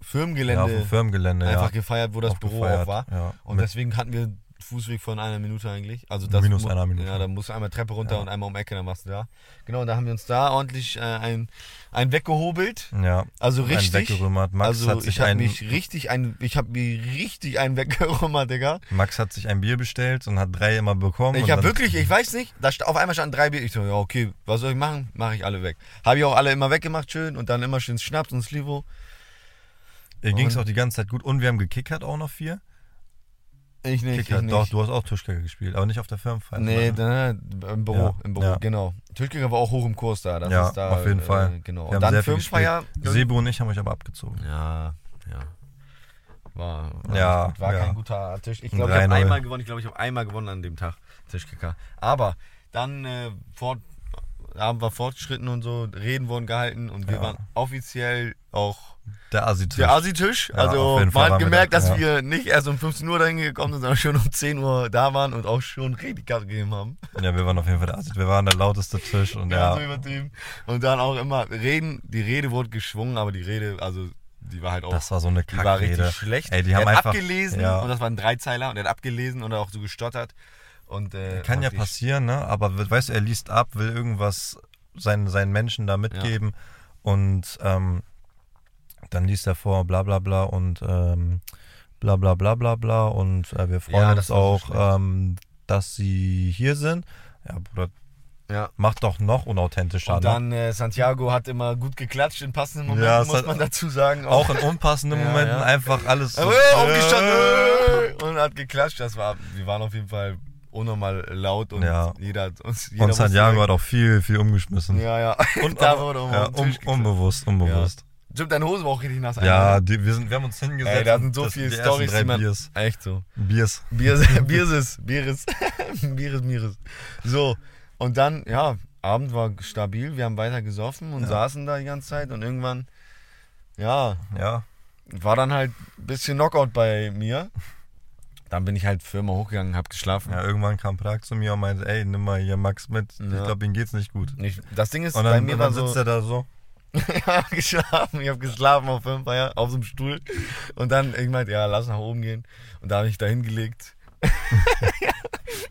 Speaker 1: ja, auf
Speaker 2: Firmengelände
Speaker 1: dem Firmengelände
Speaker 2: einfach
Speaker 1: ja,
Speaker 2: gefeiert, wo das
Speaker 1: auch
Speaker 2: Büro
Speaker 1: gefeiert,
Speaker 2: auch war.
Speaker 1: Ja.
Speaker 2: Und
Speaker 1: Mit,
Speaker 2: deswegen hatten wir Fußweg von einer Minute eigentlich. Also das
Speaker 1: Minus
Speaker 2: mu-
Speaker 1: einer Minute.
Speaker 2: Ja, da musst du einmal Treppe runter
Speaker 1: Ja.
Speaker 2: und einmal um Ecke, dann machst du da. Genau, und da haben wir uns da ordentlich äh, ein, ein weggehobelt.
Speaker 1: ja,
Speaker 2: Also
Speaker 1: einen
Speaker 2: richtig.
Speaker 1: weggerümmert. Max,
Speaker 2: also
Speaker 1: hat sich
Speaker 2: ich habe
Speaker 1: ein,
Speaker 2: mich richtig ein, ich habe mir richtig einen weggerümmert, Digga.
Speaker 1: Max hat sich ein Bier bestellt und hat drei immer bekommen.
Speaker 2: Ich
Speaker 1: und
Speaker 2: habe
Speaker 1: dann-
Speaker 2: wirklich, ich weiß nicht, da sta- auf einmal standen drei Bier. Ich so, ja okay, was soll ich machen? Mache ich alle weg. Habe ich auch alle immer weggemacht schön und dann immer schön Schnaps und Slivo.
Speaker 1: Ihr ging es auch die ganze Zeit gut. Und wir haben gekickert auch noch vier.
Speaker 2: Ich nicht, ich
Speaker 1: Kickert,
Speaker 2: nicht.
Speaker 1: halt doch, du hast auch Tischkicker gespielt, aber nicht auf der Firmenfeier.
Speaker 2: Nee,
Speaker 1: sondern-
Speaker 2: dann, äh, im Büro,
Speaker 1: Ja,
Speaker 2: im Büro,
Speaker 1: ja.
Speaker 2: genau. Türkiger war auch hoch im Kurs da. Das
Speaker 1: Ja,
Speaker 2: ist da
Speaker 1: auf jeden Fall.
Speaker 2: Genau.
Speaker 1: wir
Speaker 2: Und
Speaker 1: haben
Speaker 2: dann
Speaker 1: sehr viel
Speaker 2: Firmenfeier.
Speaker 1: gespielt. Sebo und ich haben euch aber abgezogen.
Speaker 2: Ja, ja. War, war,
Speaker 1: Ja,
Speaker 2: nicht gut, war
Speaker 1: ja.
Speaker 2: kein guter Tisch. Ich
Speaker 1: Ein
Speaker 2: glaube, ich habe
Speaker 1: 3-0.
Speaker 2: einmal gewonnen. Ich glaube, ich habe einmal gewonnen an dem Tag, Tischkicker. Aber dann äh, fort, haben wir fortgeschritten und so, Reden wurden gehalten und wir
Speaker 1: Ja.
Speaker 2: waren offiziell auch
Speaker 1: Der Asi-Tisch.
Speaker 2: der Asi-Tisch.
Speaker 1: Ja, auf
Speaker 2: also
Speaker 1: jeden Fall
Speaker 2: man hat
Speaker 1: waren wir
Speaker 2: gemerkt,
Speaker 1: da,
Speaker 2: dass
Speaker 1: ja.
Speaker 2: wir nicht erst um 15 Uhr dahin gekommen sind, sondern schon um 10 Uhr da waren und auch schon richtig Gas gegeben haben.
Speaker 1: Ja, wir waren auf jeden Fall der Asi. Wir waren der lauteste Tisch und ja,
Speaker 2: Ja. So übertrieben. Und dann auch immer reden, die Rede wurde geschwungen, aber die Rede, also die war halt auch,
Speaker 1: das war so eine
Speaker 2: die war
Speaker 1: Kackrede.
Speaker 2: richtig schlecht.
Speaker 1: Ey, die
Speaker 2: Der
Speaker 1: haben
Speaker 2: hat
Speaker 1: einfach
Speaker 2: abgelesen
Speaker 1: ja.
Speaker 2: und das waren Dreizeiler und er hat abgelesen und er auch so gestottert. Und, äh,
Speaker 1: Kann
Speaker 2: und
Speaker 1: ja
Speaker 2: ich-
Speaker 1: passieren, ne? Aber we- weißt du, er liest ab, will irgendwas seinen, seinen Menschen da mitgeben und ähm, dann liest er vor, bla bla bla und ähm, bla bla bla bla bla und äh, wir freuen
Speaker 2: Ja,
Speaker 1: uns
Speaker 2: das war so
Speaker 1: auch,
Speaker 2: schlecht.
Speaker 1: ähm, dass sie hier sind. Ja, Bruder,
Speaker 2: Ja.
Speaker 1: mach doch noch unauthentischer.
Speaker 2: Und
Speaker 1: ne?
Speaker 2: dann äh, Santiago hat immer gut geklatscht in passenden Momenten,
Speaker 1: Ja, es
Speaker 2: muss
Speaker 1: hat-
Speaker 2: man dazu sagen.
Speaker 1: auch in unpassenden
Speaker 2: Ja,
Speaker 1: Momenten
Speaker 2: ja.
Speaker 1: einfach alles so-
Speaker 2: Aber, äh, aufgestanden äh, und hat geklatscht. Das war, wir waren auf jeden Fall unnormal laut und
Speaker 1: Ja.
Speaker 2: jeder hat uns. Jeder
Speaker 1: Und
Speaker 2: wusste-
Speaker 1: Santiago hat auch viel, viel umgeschmissen.
Speaker 2: Ja, ja.
Speaker 1: Und
Speaker 2: da
Speaker 1: aber-
Speaker 2: wurde um
Speaker 1: ja,
Speaker 2: den
Speaker 1: um,
Speaker 2: Tisch geklatscht.
Speaker 1: unbewusst, unbewusst.
Speaker 2: Stimmt, deine Hose war auch richtig nass.
Speaker 1: Ja, die, wir, sind, wir haben uns hingesetzt.
Speaker 2: Ey, da sind
Speaker 1: und
Speaker 2: so
Speaker 1: das-
Speaker 2: viele
Speaker 1: die ersten
Speaker 2: Storys,
Speaker 1: drei
Speaker 2: die man.
Speaker 1: Biers.
Speaker 2: Echt so.
Speaker 1: Biers.
Speaker 2: Biers, Bierses, Bieres, Bieres, Bieres. So, und dann, ja, Abend war stabil, wir haben weiter gesoffen und saßen da die ganze Zeit und irgendwann, ja,
Speaker 1: Ja.
Speaker 2: war dann halt ein bisschen Knockout bei mir. Dann bin ich halt Firma hochgegangen, hab geschlafen.
Speaker 1: ja, irgendwann kam Prag zu mir und meinte, ey, nimm mal hier Max mit. Ich
Speaker 2: Ja.
Speaker 1: glaube, ihm geht's nicht gut.
Speaker 2: Ich, das Ding ist,
Speaker 1: Und
Speaker 2: bei
Speaker 1: dann,
Speaker 2: mir
Speaker 1: und
Speaker 2: war
Speaker 1: dann
Speaker 2: so,
Speaker 1: sitzt er da so.
Speaker 2: ich hab geschlafen, ich hab geschlafen auf Firmenfeier, auf so einem Stuhl. Und dann, ich meinte, ja, lass nach oben gehen. Und da habe ich da hingelegt.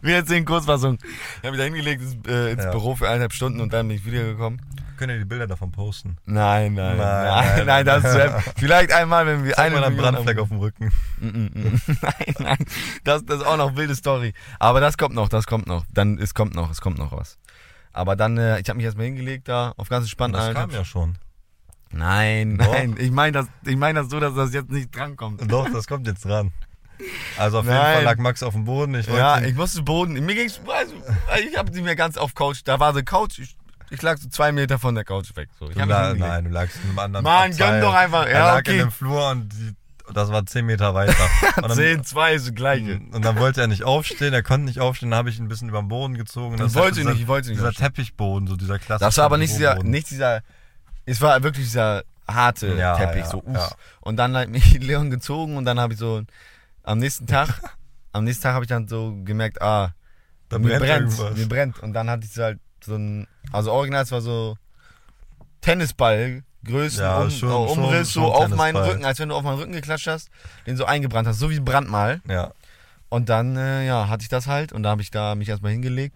Speaker 2: Wir erzählen Kurzfassung. Ich habe mich da hingelegt ins, äh, ins
Speaker 1: Ja.
Speaker 2: Büro für eineinhalb Stunden und dann bin ich wiedergekommen.
Speaker 1: Könnt ihr die Bilder davon posten?
Speaker 2: Nein, nein, nein,
Speaker 1: Nein,
Speaker 2: nein,
Speaker 1: nein.
Speaker 2: das ist zu heftig. Vielleicht einmal, wenn wir
Speaker 1: Zeig
Speaker 2: eine
Speaker 1: mal einen
Speaker 2: Million
Speaker 1: Brandfleck auf dem Rücken.
Speaker 2: Mm, mm, mm. nein, nein. Das, das ist auch noch wilde Story. Aber das kommt noch, das kommt noch. Dann, es kommt noch, es kommt noch was. Aber dann, äh, ich habe mich erstmal hingelegt da, auf ganz entspannt.
Speaker 1: Das
Speaker 2: Alter.
Speaker 1: kam ja schon.
Speaker 2: Nein,
Speaker 1: Doch.
Speaker 2: nein. Ich meine das, ich mein das so, dass das jetzt nicht drankommt.
Speaker 1: Doch, das kommt jetzt ran. Also auf jeden
Speaker 2: Nein.
Speaker 1: Fall lag Max auf dem Boden. Ich wollte
Speaker 2: Ja,
Speaker 1: ihn-
Speaker 2: ich musste Boden. Mir ging's, also, ich habe nicht mehr ganz auf Couch. Da war so Couch. Ich, ich lag so zwei Meter von der Couch weg. So. Ich
Speaker 1: du
Speaker 2: hab mich
Speaker 1: la
Speaker 2: hingelegt.
Speaker 1: nein, du lagst in einem anderen
Speaker 2: Mann, gönn
Speaker 1: Abteil.
Speaker 2: doch einfach.
Speaker 1: Er
Speaker 2: Ja,
Speaker 1: lag in
Speaker 2: okay.
Speaker 1: dem Flur und die, das war 10 Meter weiter. Und dann,
Speaker 2: 10, 2 ist das gleiche.
Speaker 1: Mhm. und dann wollte er nicht aufstehen, er konnte nicht aufstehen, dann habe ich ihn ein bisschen über den Boden gezogen.
Speaker 2: Ich
Speaker 1: Das
Speaker 2: wollte
Speaker 1: dieser,
Speaker 2: nicht, ich wollte nicht
Speaker 1: Dieser
Speaker 2: aufstehen.
Speaker 1: Teppichboden, so dieser klassische
Speaker 2: Das war aber nicht dieser,
Speaker 1: Büroboden.
Speaker 2: nicht dieser, es war wirklich dieser harte
Speaker 1: Ja,
Speaker 2: Teppich,
Speaker 1: ja,
Speaker 2: so uff.
Speaker 1: ja.
Speaker 2: Und dann hat mich Leon gezogen und dann habe ich so, am nächsten Tag, am nächsten Tag habe ich dann so gemerkt, ah,
Speaker 1: Da
Speaker 2: mir
Speaker 1: brennt
Speaker 2: brennt,
Speaker 1: irgendwas.
Speaker 2: mir brennt. Und dann hatte ich so halt so ein, also original, es war so Tennisball, Größen,
Speaker 1: Ja,
Speaker 2: um,
Speaker 1: schon-
Speaker 2: äh, Umriss,
Speaker 1: schon-
Speaker 2: so
Speaker 1: schon
Speaker 2: auf meinen
Speaker 1: Tennisball.
Speaker 2: Rücken, als wenn du auf meinen Rücken geklatscht hast, den so eingebrannt hast, so wie ein Brandmal.
Speaker 1: Ja,
Speaker 2: Und dann, äh, ja, hatte ich das halt und da habe ich da mich erstmal hingelegt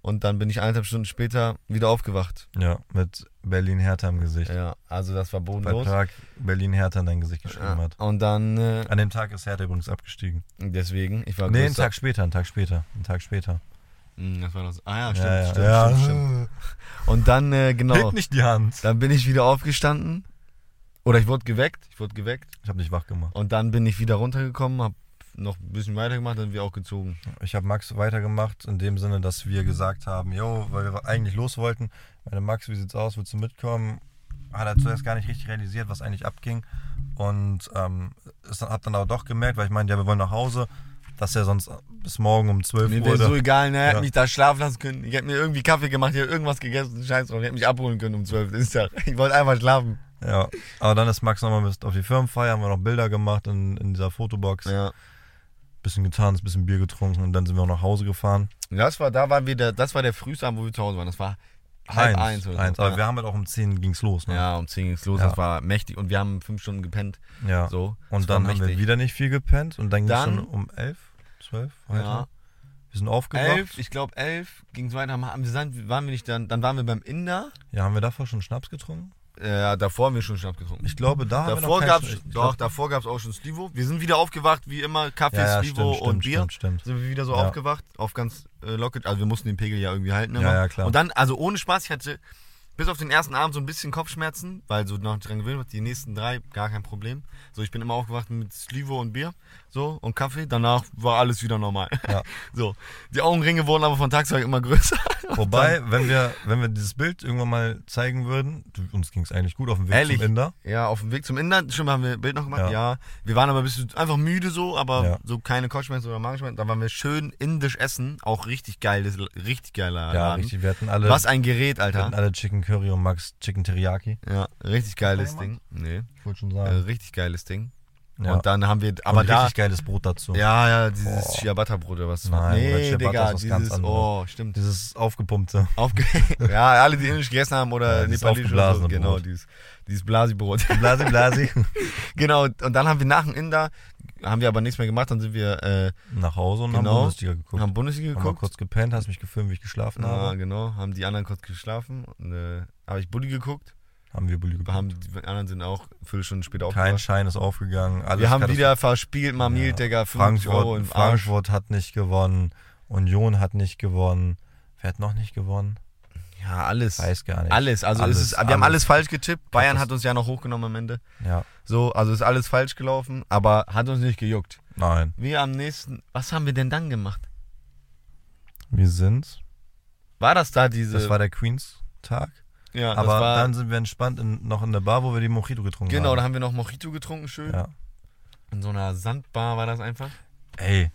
Speaker 2: und dann bin ich eineinhalb Stunden später wieder aufgewacht.
Speaker 1: ja, mit Berlin-Hertha im Gesicht.
Speaker 2: Ja, also das war
Speaker 1: Weil
Speaker 2: bodenlos.
Speaker 1: Prag Berlin-Hertha in dein Gesicht geschrieben
Speaker 2: Ja,
Speaker 1: hat.
Speaker 2: und dann, äh,
Speaker 1: An dem Tag ist Hertha übrigens abgestiegen.
Speaker 2: deswegen, ich war
Speaker 1: Nee, einen
Speaker 2: größter-
Speaker 1: Tag später, einen Tag später, einen Tag später.
Speaker 2: Hm, Das war das. Ah ja, stimmt,
Speaker 1: Ja, ja,
Speaker 2: stimmt,
Speaker 1: ja.
Speaker 2: stimmt, stimmt. Und dann, äh, genau,
Speaker 1: Hebt nicht die Hand.
Speaker 2: dann bin ich wieder aufgestanden oder ich wurde geweckt, ich wurde geweckt
Speaker 1: Ich habe dich wach gemacht.
Speaker 2: und dann bin ich wieder runtergekommen, habe noch ein bisschen weitergemacht, dann wir auch gezogen.
Speaker 1: Ich habe Max weitergemacht, in dem Sinne, dass wir gesagt haben, yo, weil wir eigentlich los wollten, meine Max, wie sieht's aus, willst du mitkommen? Hat er zuerst gar nicht richtig realisiert, was eigentlich abging. Und ähm, ist dann, hab dann aber doch gemerkt, weil ich meinte, ja, wir wollen nach Hause, dass er sonst bis morgen um 12
Speaker 2: Mir
Speaker 1: Uhr.
Speaker 2: wäre so egal, ne? Er hätte
Speaker 1: Ja.
Speaker 2: mich da schlafen lassen können. Ich hätte mir irgendwie Kaffee gemacht, ich hätte irgendwas gegessen, scheiß drauf. Ich hätte mich abholen können um 12. Das Ist ja, ich wollte einfach schlafen.
Speaker 1: Ja, aber dann ist Max nochmal bis auf die Firmenfeier, haben wir noch Bilder gemacht in, in dieser Fotobox.
Speaker 2: Ja.
Speaker 1: Bisschen getanzt, bisschen Bier getrunken und dann sind wir auch nach Hause gefahren.
Speaker 2: Das war, da waren wir der, das war der Frühsabend, wo wir zu Hause waren. Das war halb eins, oder
Speaker 1: eins.
Speaker 2: so.
Speaker 1: Aber
Speaker 2: ja.
Speaker 1: wir haben halt auch um 10 ging's los. Ne?
Speaker 2: ja, um 10 ging's los,
Speaker 1: Ja.
Speaker 2: das war mächtig. Und wir haben fünf Stunden gepennt.
Speaker 1: Ja.
Speaker 2: So.
Speaker 1: Und
Speaker 2: Das war
Speaker 1: dann haben wir
Speaker 2: mächtig.
Speaker 1: wieder nicht viel gepennt und dann ging es
Speaker 2: Dann-
Speaker 1: schon um elf, zwölf weiter.
Speaker 2: Ja.
Speaker 1: Wir sind aufgewacht.
Speaker 2: Elf, ich glaube elf ging's weiter. Haben- haben wir- sind- Waren wir nicht dann, dann waren wir beim Inder.
Speaker 1: Ja, haben wir davor schon Schnaps getrunken?
Speaker 2: Äh, davor haben wir schon Schnaps getrunken.
Speaker 1: Ich glaube, da haben wir noch
Speaker 2: Davor
Speaker 1: keinen
Speaker 2: gab's,
Speaker 1: Schnaps- ich
Speaker 2: doch,
Speaker 1: glaub-
Speaker 2: davor gab's auch schon Slivo. Wir sind wieder aufgewacht, wie immer, Kaffee,
Speaker 1: ja, ja,
Speaker 2: Slivo
Speaker 1: stimmt,
Speaker 2: und
Speaker 1: stimmt,
Speaker 2: Bier.
Speaker 1: stimmt, stimmt.
Speaker 2: sind wir wieder so
Speaker 1: Ja.
Speaker 2: aufgewacht, auf ganz äh, locker. Also wir mussten den Pegel ja irgendwie halten. Immer.
Speaker 1: Ja, ja, klar.
Speaker 2: Und dann, also ohne Spaß, ich hatte bis auf den ersten Abend so ein bisschen Kopfschmerzen, weil so noch dran gewöhnt wird. Die nächsten drei, gar kein Problem. So, ich bin immer aufgewacht mit Slivo und Bier so und Kaffee. Danach war alles wieder normal.
Speaker 1: Ja.
Speaker 2: So, die Augenringe wurden aber von Tag zu Tag immer größer.
Speaker 1: Wobei, wenn wir, wenn wir dieses Bild irgendwann mal zeigen würden, du- uns ging es eigentlich gut auf dem Weg
Speaker 2: Ehrlich?
Speaker 1: zum Inder.
Speaker 2: Ja, auf dem Weg zum Inland, schon haben wir ein Bild noch gemacht. Ja.
Speaker 1: Ja.
Speaker 2: Wir waren aber ein bisschen einfach müde so, aber
Speaker 1: Ja.
Speaker 2: so keine Kopfschmerzen oder Magenschmerzen. Da waren wir schön indisch essen. Auch richtig geiles, richtig geiler
Speaker 1: Ja,
Speaker 2: Laden.
Speaker 1: richtig, wir hatten alle,
Speaker 2: Was ein Gerät,
Speaker 1: wir
Speaker 2: Alter.
Speaker 1: hatten alle Chicken Curry und Max Chicken Teriyaki.
Speaker 2: Ja, richtig geiles
Speaker 1: Kann
Speaker 2: Ding. Nee,
Speaker 1: Ich wollte schon
Speaker 2: äh,
Speaker 1: sagen.
Speaker 2: richtig geiles Ding.
Speaker 1: ja.
Speaker 2: Äh, Und dann haben wir,
Speaker 1: aber
Speaker 2: aber da,
Speaker 1: richtig geiles Brot dazu.
Speaker 2: ja, ja, dieses
Speaker 1: Boah.
Speaker 2: Ciabatta-Brot oder was das
Speaker 1: Nein,
Speaker 2: war.
Speaker 1: Bruder,
Speaker 2: Nee,
Speaker 1: Ciabatta
Speaker 2: Digga,
Speaker 1: ist was ganz
Speaker 2: dieses,
Speaker 1: anderes.
Speaker 2: oh, stimmt.
Speaker 1: Dieses aufgepumpte.
Speaker 2: Aufge ja, alle, die indisch gegessen haben oder
Speaker 1: Ja, dieses
Speaker 2: nepalisch oder so,
Speaker 1: aufgeblasene
Speaker 2: genau,
Speaker 1: Brot.
Speaker 2: dieses, dieses Blasi-Brot.
Speaker 1: Blasi, blasi.
Speaker 2: genau, und dann haben wir nach dem Inder, haben wir aber nichts mehr gemacht, dann sind wir, äh,
Speaker 1: Nach Hause und
Speaker 2: Genau.
Speaker 1: haben Bundesliga geguckt.
Speaker 2: haben Bundesliga
Speaker 1: Haben mal
Speaker 2: geguckt.
Speaker 1: kurz gepennt, hast mich gefilmt, wie ich geschlafen
Speaker 2: Ja,
Speaker 1: habe.
Speaker 2: genau, haben die anderen kurz geschlafen. und, Äh, habe ich Bulli geguckt,
Speaker 1: Haben wir Bulli geguckt.
Speaker 2: haben, die anderen sind auch Viertelstunden später
Speaker 1: Kein
Speaker 2: aufgewacht.
Speaker 1: Schein ist aufgegangen. Alles
Speaker 2: Wir haben
Speaker 1: Katastrophe.
Speaker 2: wieder verspielt, mal ja. Digga, 50 Euro
Speaker 1: Frankfurt,
Speaker 2: im Arsch.
Speaker 1: Frankfurt hat nicht gewonnen. Union hat nicht gewonnen. Wer hat noch nicht gewonnen?
Speaker 2: Ja, alles.
Speaker 1: Weiß gar nicht.
Speaker 2: Alles. Also
Speaker 1: Alles,
Speaker 2: es ist, wir haben alles
Speaker 1: alles.
Speaker 2: falsch getippt. Bayern
Speaker 1: Katast-
Speaker 2: hat uns ja noch hochgenommen am Ende.
Speaker 1: Ja.
Speaker 2: So, also ist alles falsch gelaufen, aber hat uns nicht gejuckt.
Speaker 1: Nein.
Speaker 2: Wir am nächsten. Was haben wir denn dann gemacht?
Speaker 1: Wir sind.
Speaker 2: War das da diese.
Speaker 1: Das war der Queens-Tag.
Speaker 2: ja, Äh, das
Speaker 1: Aber
Speaker 2: war.
Speaker 1: dann sind wir entspannt in, noch in der Bar, wo wir die Mojito getrunken
Speaker 2: genau, da
Speaker 1: haben.
Speaker 2: haben wir noch Mojito getrunken, schön.
Speaker 1: Ja.
Speaker 2: In so einer Sandbar war das einfach.
Speaker 1: Ey.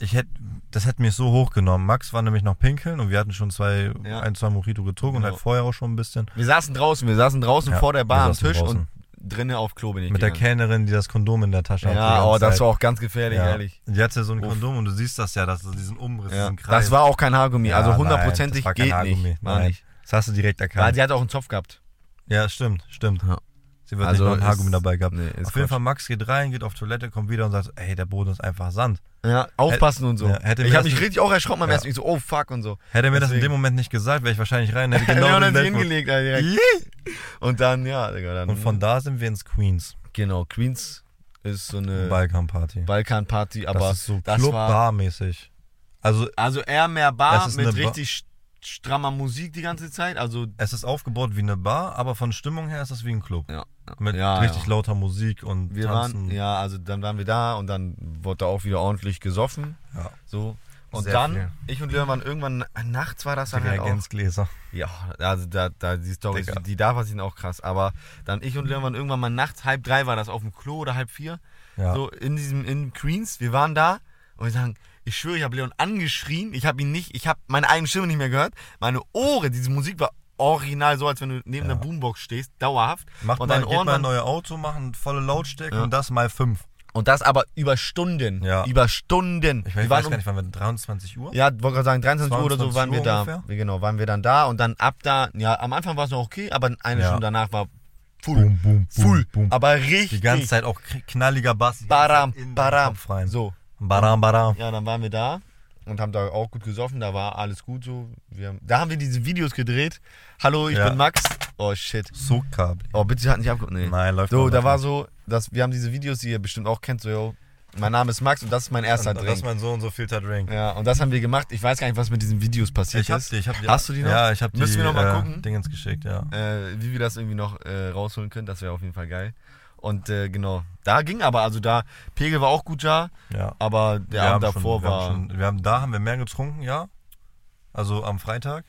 Speaker 1: Ich hätte, das hätte mich so hochgenommen. Max war nämlich noch pinkeln und wir hatten schon zwei,
Speaker 2: Ja.
Speaker 1: ein, zwei Mojito getrunken und
Speaker 2: Genau.
Speaker 1: halt vorher auch schon ein bisschen.
Speaker 2: Wir saßen draußen, wir saßen draußen
Speaker 1: Ja,
Speaker 2: vor der Bar
Speaker 1: wir
Speaker 2: am
Speaker 1: saßen
Speaker 2: Tisch
Speaker 1: draußen.
Speaker 2: und drinnen auf Klo bin ich.
Speaker 1: Mit der
Speaker 2: gegangen.
Speaker 1: Kellnerin, die das Kondom in der Tasche hat. die
Speaker 2: Ja,
Speaker 1: ganze
Speaker 2: oh, das
Speaker 1: Zeit.
Speaker 2: war auch ganz gefährlich,
Speaker 1: Ja.
Speaker 2: ehrlich.
Speaker 1: Die hat ja so ein
Speaker 2: Uff.
Speaker 1: Kondom und du siehst das ja, dass du diesen Umriss,
Speaker 2: Ja.
Speaker 1: diesen Kreis.
Speaker 2: Das war auch kein Haargummi, also
Speaker 1: Ja, nein,
Speaker 2: hundertprozentig
Speaker 1: das war kein
Speaker 2: geht
Speaker 1: Haargummi.
Speaker 2: nicht. War
Speaker 1: Nein.
Speaker 2: nicht.
Speaker 1: Das hast du direkt
Speaker 2: Ja,
Speaker 1: erkannt.
Speaker 2: die hat auch einen Zopf gehabt.
Speaker 1: Ja, stimmt, stimmt.
Speaker 2: Ja.
Speaker 1: Sie wird
Speaker 2: Also
Speaker 1: nicht noch ein
Speaker 2: ist-
Speaker 1: Haargummi dabei gehabt.
Speaker 2: Nee, ist
Speaker 1: auf jeden
Speaker 2: Quatsch.
Speaker 1: Fall, Max geht rein, geht auf Toilette, kommt wieder und sagt, ey, der Boden ist einfach Sand.
Speaker 2: Ja, aufpassen und so.
Speaker 1: Ja, hätte mir
Speaker 2: ich habe
Speaker 1: das-
Speaker 2: mich richtig auch erschrocken beim
Speaker 1: Ja.
Speaker 2: ersten Mal. Ich so, oh fuck und so.
Speaker 1: Hätte er mir das in
Speaker 2: Deswegen.
Speaker 1: dem Moment nicht gesagt, wäre ich wahrscheinlich rein, hätte
Speaker 2: Genau,
Speaker 1: genau den
Speaker 2: dann hat sie
Speaker 1: Weltboden.
Speaker 2: hingelegt, Alter, direkt. Und dann, ja, Digga, dann.
Speaker 1: Und von da sind wir ins Queens.
Speaker 2: genau, Queens ist so eine
Speaker 1: Balkanparty.
Speaker 2: Balkanparty, aber
Speaker 1: Äh. das ist so
Speaker 2: das war.
Speaker 1: Club-Bar-mäßig. Also,
Speaker 2: Also eher mehr Bar
Speaker 1: Es ist
Speaker 2: mit
Speaker 1: eine Bar-
Speaker 2: richtig strammer Musik die ganze Zeit. Also
Speaker 1: es ist aufgebaut wie eine Bar, aber von Stimmung her ist es wie ein Club.
Speaker 2: Ja.
Speaker 1: Mit
Speaker 2: Ja,
Speaker 1: richtig
Speaker 2: ja.
Speaker 1: lauter Musik und
Speaker 2: wir
Speaker 1: Tanzen.
Speaker 2: waren, ja, also dann waren wir da und dann wurde da auch wieder ordentlich gesoffen.
Speaker 1: Ja.
Speaker 2: So. Und
Speaker 1: Sehr
Speaker 2: dann,
Speaker 1: viel.
Speaker 2: ich und Leon waren irgendwann, nachts war das dann
Speaker 1: Digga,
Speaker 2: halt auch.
Speaker 1: Gänsgläser.
Speaker 2: Ja, also da, da die Storys,
Speaker 1: Digga.
Speaker 2: die da passieren auch krass. Aber dann ich und Leon waren irgendwann mal nachts, halb drei war das, auf dem Klo oder halb vier.
Speaker 1: Ja.
Speaker 2: So in diesem, in Queens, wir waren da und wir sagen, ich schwöre, ich habe Leon angeschrien. Ich habe ihn nicht, ich habe meine eigene Stimme nicht mehr gehört. Meine Ohren, diese Musik war original so, als wenn du neben
Speaker 1: Ja.
Speaker 2: der Boombox stehst, dauerhaft.
Speaker 1: Macht
Speaker 2: und
Speaker 1: mal,
Speaker 2: deine
Speaker 1: geht mal ein
Speaker 2: waren-
Speaker 1: neues Auto, machen volle Lautstärke
Speaker 2: Ja.
Speaker 1: und das mal fünf.
Speaker 2: Und das aber über Stunden.
Speaker 1: Ja.
Speaker 2: Über Stunden.
Speaker 1: Ich weiß,
Speaker 2: Wir
Speaker 1: ich
Speaker 2: waren
Speaker 1: weiß
Speaker 2: um-
Speaker 1: gar nicht, waren wir 23 Uhr?
Speaker 2: Ja, wollte gerade sagen, 23 Uhr oder so
Speaker 1: 22
Speaker 2: waren wir
Speaker 1: Uhr
Speaker 2: da.
Speaker 1: ungefähr.
Speaker 2: Wir- Genau, waren wir dann da und dann ab da, ja, am Anfang war es noch okay, aber eine
Speaker 1: Ja.
Speaker 2: Stunde danach war full.
Speaker 1: Boom, boom, boom,
Speaker 2: full. Ah,
Speaker 1: boom.
Speaker 2: Aber richtig.
Speaker 1: Die ganze Zeit auch kr- knalliger Bass. die ganze
Speaker 2: Baram,
Speaker 1: Zeit in den
Speaker 2: baram.
Speaker 1: Kopf rein.
Speaker 2: So,
Speaker 1: Baram, baram.
Speaker 2: ja, dann waren wir da und haben da auch gut gesoffen, da war alles gut so. Wir haben, da haben wir diese Videos gedreht. Hallo, ich
Speaker 1: Ja.
Speaker 2: bin Max. Oh shit.
Speaker 1: So kabel.
Speaker 2: Oh, bitte hat nicht abgeholt. Nee.
Speaker 1: Nein, läuft
Speaker 2: So,
Speaker 1: noch,
Speaker 2: da
Speaker 1: läuft
Speaker 2: war
Speaker 1: noch.
Speaker 2: so, dass wir haben diese Videos, die ihr bestimmt auch kennt, so, yo, mein Name ist Max und das ist mein erster
Speaker 1: Und Das
Speaker 2: Drink.
Speaker 1: ist mein so und so filter Drink.
Speaker 2: Ja, und das haben wir gemacht. Ich weiß gar nicht, was mit diesen Videos passiert
Speaker 1: Ich hab
Speaker 2: ist.
Speaker 1: die, ich hab die.
Speaker 2: Hast du die noch?
Speaker 1: Ja, ich hab die.
Speaker 2: Müssen wir noch mal
Speaker 1: äh,
Speaker 2: gucken?
Speaker 1: Dingens geschickt, ja.
Speaker 2: äh, wie wir das irgendwie noch äh, rausholen können. Das wäre auf jeden Fall geil. Und äh, genau, da ging aber, also da, Pegel war auch gut da,
Speaker 1: ja.
Speaker 2: aber der
Speaker 1: Wir
Speaker 2: Abend
Speaker 1: haben schon-
Speaker 2: davor
Speaker 1: wir
Speaker 2: war.
Speaker 1: Haben schon, wir haben, da haben wir mehr getrunken, ja. Also am Freitag.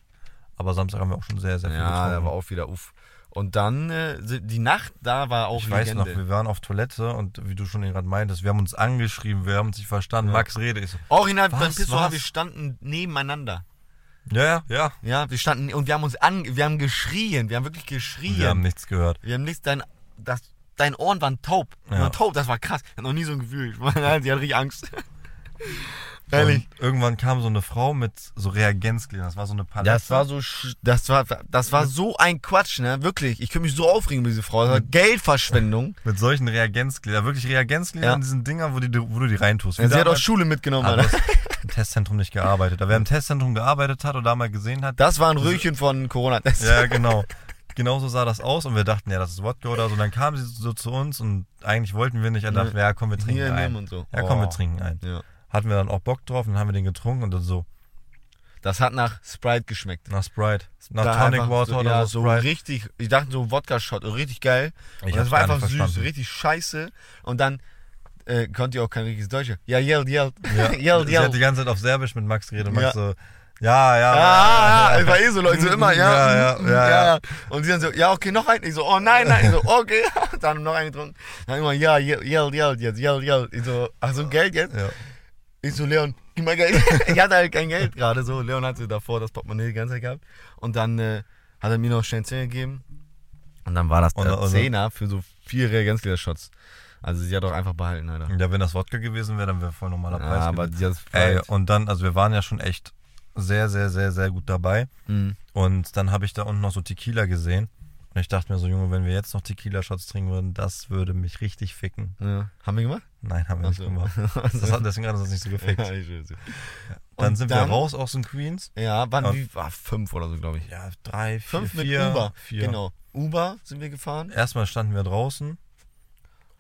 Speaker 1: Aber Samstag haben wir auch schon sehr, sehr viel
Speaker 2: ja, da
Speaker 1: getrunken.
Speaker 2: war auch wieder uff. Und dann, äh, si- die Nacht da war auch
Speaker 1: ich weiß noch,
Speaker 2: Legende.
Speaker 1: wir waren auf Toilette und wie du schon gerade meintest, wir haben uns angeschrieben, wir haben uns nicht verstanden.
Speaker 2: Ja.
Speaker 1: Max rede. Ich so,
Speaker 2: Original
Speaker 1: Was,
Speaker 2: beim Pissoir,
Speaker 1: was?
Speaker 2: wir standen nebeneinander.
Speaker 1: ja, ja, ja.
Speaker 2: Ja, wir standen und wir haben uns an, wir haben geschrien, wir haben wirklich geschrien.
Speaker 1: Wir haben nichts gehört.
Speaker 2: Wir haben nichts, dein, das, dein Ohren waren taub. Die
Speaker 1: Ja.
Speaker 2: Waren taub, das war krass. Ich hatte noch nie so ein Gefühl. Ich meine, sie hat richtig Angst. Ehrlich.
Speaker 1: Und irgendwann kam so eine Frau mit so Reagenzgläsern. Das war so eine Palette.
Speaker 2: Das war so, sch- das war, das war so ein Quatsch, ne? Wirklich. Ich könnte mich so aufregen mit dieser Frau. Das war Geldverschwendung.
Speaker 1: mit solchen Reagenzgläsern. Wirklich Reagenzgläsern
Speaker 2: Ja.
Speaker 1: in diesen Dingern, wo, die, wo du die reintust. Wie
Speaker 2: Sie hat auch
Speaker 1: damals-
Speaker 2: Schule mitgenommen,
Speaker 1: Ah, du
Speaker 2: Alter.
Speaker 1: hast im Testzentrum nicht gearbeitet. Aber wer im Testzentrum gearbeitet hat oder mal gesehen hat,
Speaker 2: Das war ein Röhrchen von corona -Test.
Speaker 1: Ja, genau. Genauso sah das aus und wir dachten, ja, das ist Wodka oder so. Und dann kam sie so zu uns und eigentlich wollten wir nicht. Er dachte, ja, komm, wir trinken
Speaker 2: Hier, nimm
Speaker 1: ein.
Speaker 2: und so.
Speaker 1: Ja, komm, wir
Speaker 2: Oh.
Speaker 1: trinken ein.
Speaker 2: Ja.
Speaker 1: Hatten wir dann auch Bock drauf und dann haben wir den getrunken und dann so
Speaker 2: Das hat nach Sprite geschmeckt.
Speaker 1: nach Sprite, nach
Speaker 2: Da
Speaker 1: Tonic
Speaker 2: einfach
Speaker 1: Water
Speaker 2: so,
Speaker 1: oder
Speaker 2: ja,
Speaker 1: so
Speaker 2: so
Speaker 1: Sprite.
Speaker 2: richtig, ich dachte so Wodka-Shot, richtig geil.
Speaker 1: Ich
Speaker 2: Und
Speaker 1: hab's
Speaker 2: das war
Speaker 1: gar nicht
Speaker 2: einfach süß,
Speaker 1: verstanden.
Speaker 2: richtig scheiße. Und dann äh, konnte ihr auch kein richtiges Deutsch. Ja, yell, yell.
Speaker 1: Ja.
Speaker 2: yell,
Speaker 1: Sie hat
Speaker 2: yell.
Speaker 1: die ganze Zeit auf Serbisch mit Max geredet und Max
Speaker 2: Ja.
Speaker 1: so, ja, ja.
Speaker 2: Ah, ja, ich war eh so Leute, so immer, ja,
Speaker 1: Ja, ja,
Speaker 2: mm, mm,
Speaker 1: ja, ja.
Speaker 2: Und sie dann so, ja, okay, noch ein. Ich so, oh nein, nein. Ich so, okay. Dann haben wir noch einen getrunken. Dann immer, ja, yell, yell, yell, jetzt, yell, yell. Ich so, ach so, Geld jetzt?
Speaker 1: Ja.
Speaker 2: Ich so, Leon, gib mal Geld. ich hatte halt kein Geld gerade so. Leon hatte davor das Portemonnaie die ganze Zeit gehabt. Und dann äh, hat er mir noch schnell einen Zehner gegeben. Und dann war das
Speaker 1: Und-
Speaker 2: der
Speaker 1: und-
Speaker 2: Zehner für so vier Reagenzgläser-Shots. Also sie hat auch einfach behalten, Alter.
Speaker 1: Ja, wenn das Wodka gewesen wäre, dann wäre voll normaler
Speaker 2: Ja,
Speaker 1: Preis.
Speaker 2: aber halt.
Speaker 1: gewesen.
Speaker 2: sie hat
Speaker 1: Ey,
Speaker 2: Sprite.
Speaker 1: und dann, also wir waren ja schon echt sehr, sehr, sehr, sehr gut dabei.
Speaker 2: Mhm.
Speaker 1: Und dann habe ich da unten noch so Tequila gesehen. Und ich dachte mir so, Junge, wenn wir jetzt noch Tequila-Shots trinken würden, das würde mich richtig ficken.
Speaker 2: Ja. Haben wir gemacht?
Speaker 1: Nein, haben wir
Speaker 2: Ach
Speaker 1: nicht
Speaker 2: so.
Speaker 1: gemacht. Das hat, deswegen hat uns das nicht so gefickt.
Speaker 2: Also. Ja, ich schwör's dir.
Speaker 1: Dann
Speaker 2: Und
Speaker 1: sind wir raus aus den Queens.
Speaker 2: Ja, waren
Speaker 1: Ja.
Speaker 2: wie, war fünf oder so, glaube ich.
Speaker 1: Ja, drei, vier,
Speaker 2: Fünf mit
Speaker 1: vier,
Speaker 2: Uber.
Speaker 1: Vier.
Speaker 2: Genau. Uber sind wir gefahren.
Speaker 1: Erstmal standen wir draußen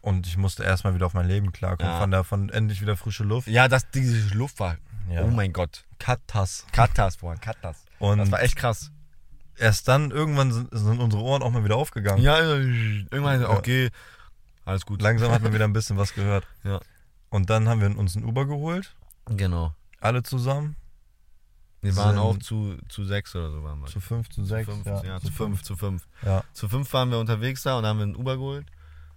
Speaker 1: und ich musste erstmal wieder auf mein Leben klarkommen.
Speaker 2: Ja.
Speaker 1: Von davon endlich wieder frische Luft.
Speaker 2: Ja, das, diese Luft war.
Speaker 1: Ja.
Speaker 2: Oh mein Gott.
Speaker 1: Katas.
Speaker 2: Katas, boah, Katas. Das
Speaker 1: Und
Speaker 2: war echt krass.
Speaker 1: erst dann irgendwann sind, sind unsere Ohren auch mal wieder aufgegangen.
Speaker 2: Ja, also, irgendwann, okay, alles gut.
Speaker 1: Langsam hat man wieder ein bisschen was gehört.
Speaker 2: Ja.
Speaker 1: Und dann haben wir uns ein Uber geholt,
Speaker 2: Genau.
Speaker 1: alle zusammen.
Speaker 2: Wir waren
Speaker 1: Sind-
Speaker 2: auch zu, zu sechs oder so waren wir.
Speaker 1: Zu fünf, zu sechs,
Speaker 2: fünf,
Speaker 1: ja,
Speaker 2: ja, zu fünf, zu fünf.
Speaker 1: Ja.
Speaker 2: Zu fünf waren wir unterwegs da und haben wir einen Uber geholt.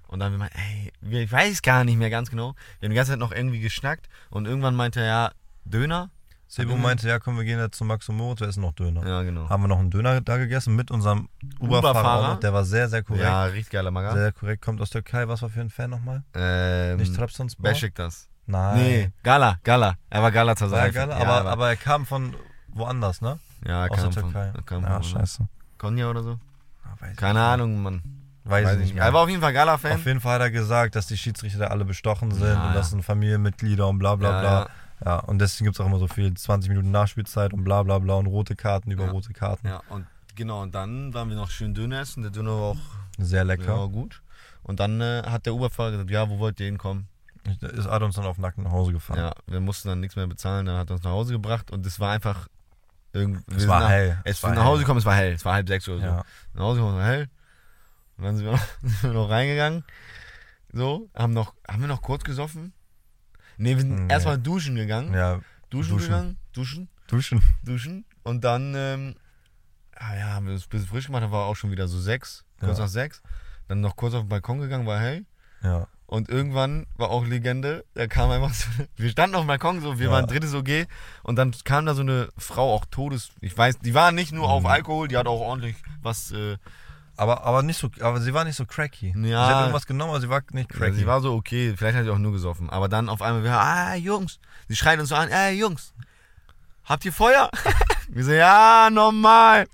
Speaker 2: Und dann haben wir mal, ey, wir- ich weiß gar nicht mehr ganz genau. Wir haben die ganze Zeit noch irgendwie geschnackt und irgendwann meinte er, ja, Döner.
Speaker 1: Sebo meinte, ja, komm, wir gehen jetzt zu Max und Moritz, wir essen noch Döner.
Speaker 2: Mhm. Ja, genau.
Speaker 1: Haben wir noch einen Döner da gegessen mit unserem Uber-Fahrer. auch
Speaker 2: Uber-Fahrer?
Speaker 1: noch. Der war sehr, sehr korrekt.
Speaker 2: Ja, richtig geiler
Speaker 1: Sehr,
Speaker 2: Maga.
Speaker 1: sehr korrekt. Kommt aus Türkei. Was war für ein Fan nochmal?
Speaker 2: Ähm,
Speaker 1: Nicht Trabzonspor?
Speaker 2: Besiktas.
Speaker 1: Nein.
Speaker 2: Nee, Gala, Gala. Er war
Speaker 1: Sehr
Speaker 2: Galatasaray.
Speaker 1: geil,
Speaker 2: Also Ja,
Speaker 1: aber,
Speaker 2: er war-
Speaker 1: aber er kam von woanders, ne?
Speaker 2: ja,
Speaker 1: aus der
Speaker 2: kam von,
Speaker 1: Türkei.
Speaker 2: kam
Speaker 1: ja,
Speaker 2: von
Speaker 1: scheiße.
Speaker 2: Konya oder so.
Speaker 1: Ah, weiß ich
Speaker 2: Keine
Speaker 1: nicht.
Speaker 2: Ahnung, Mann.
Speaker 1: Weiß,
Speaker 2: Weiß
Speaker 1: ich nicht mehr.
Speaker 2: Er war auf jeden Fall
Speaker 1: Auf
Speaker 2: Gala-Fan.
Speaker 1: jeden Fall hat er gesagt, dass die Schiedsrichter da alle bestochen sind
Speaker 2: Ja,
Speaker 1: und das
Speaker 2: ja.
Speaker 1: sind Familienmitglieder und bla bla
Speaker 2: Ja,
Speaker 1: bla. Ja. und deswegen gibt es auch immer so viel 20 Minuten Nachspielzeit und bla bla bla und rote Karten über
Speaker 2: Ja.
Speaker 1: rote Karten.
Speaker 2: Ja, und genau, und dann waren wir noch schön Döner essen. Der Döner war auch
Speaker 1: Sehr
Speaker 2: der war
Speaker 1: lecker.
Speaker 2: gut. Und dann äh, hat der Uberfahrer gesagt, ja, wo wollt ihr hinkommen?
Speaker 1: Da Ist Ad uns dann auf Nacken nach Hause gefahren.
Speaker 2: Ja, wir mussten dann nichts mehr bezahlen, dann hat er uns nach Hause gebracht und es war einfach irgendwie. wir
Speaker 1: Es
Speaker 2: sind
Speaker 1: war
Speaker 2: nach,
Speaker 1: hell.
Speaker 2: Es
Speaker 1: war
Speaker 2: nach Hause gekommen, es war hell, es war halb sechs oder so.
Speaker 1: hell. Ja.
Speaker 2: Nach Hause gekommen, es war hell. Und dann sind wir noch, sind wir noch reingegangen. So, haben noch, haben wir noch kurz gesoffen? Nee, wir sind
Speaker 1: Nee.
Speaker 2: erstmal duschen gegangen.
Speaker 1: ja,
Speaker 2: duschen,
Speaker 1: duschen.
Speaker 2: gegangen, duschen,
Speaker 1: duschen.
Speaker 2: duschen. Und dann, ähm, ah ja, haben wir uns ein bisschen frisch gemacht, da war auch schon wieder so sechs, kurz
Speaker 1: Ja.
Speaker 2: nach sechs. Dann noch kurz auf den Balkon gegangen, war hell.
Speaker 1: Ja.
Speaker 2: Und irgendwann war auch Legende, da kam einfach so, wir standen auf dem Balkon, so, wir
Speaker 1: Ja.
Speaker 2: waren drittes OG und dann kam da so eine Frau, auch Todes, ich weiß, die war nicht nur auf
Speaker 1: Mhm.
Speaker 2: Alkohol, die hat auch ordentlich was, äh,
Speaker 1: Aber, aber nicht so, aber sie war nicht so cracky. Sie
Speaker 2: Ja.
Speaker 1: hat irgendwas genommen, aber sie war nicht cracky.
Speaker 2: sie war so okay, vielleicht hat sie auch nur gesoffen, aber dann auf einmal, wir, ah Jungs, sie schreien uns so an, ey Jungs, habt ihr Feuer? wir so, ja, normal.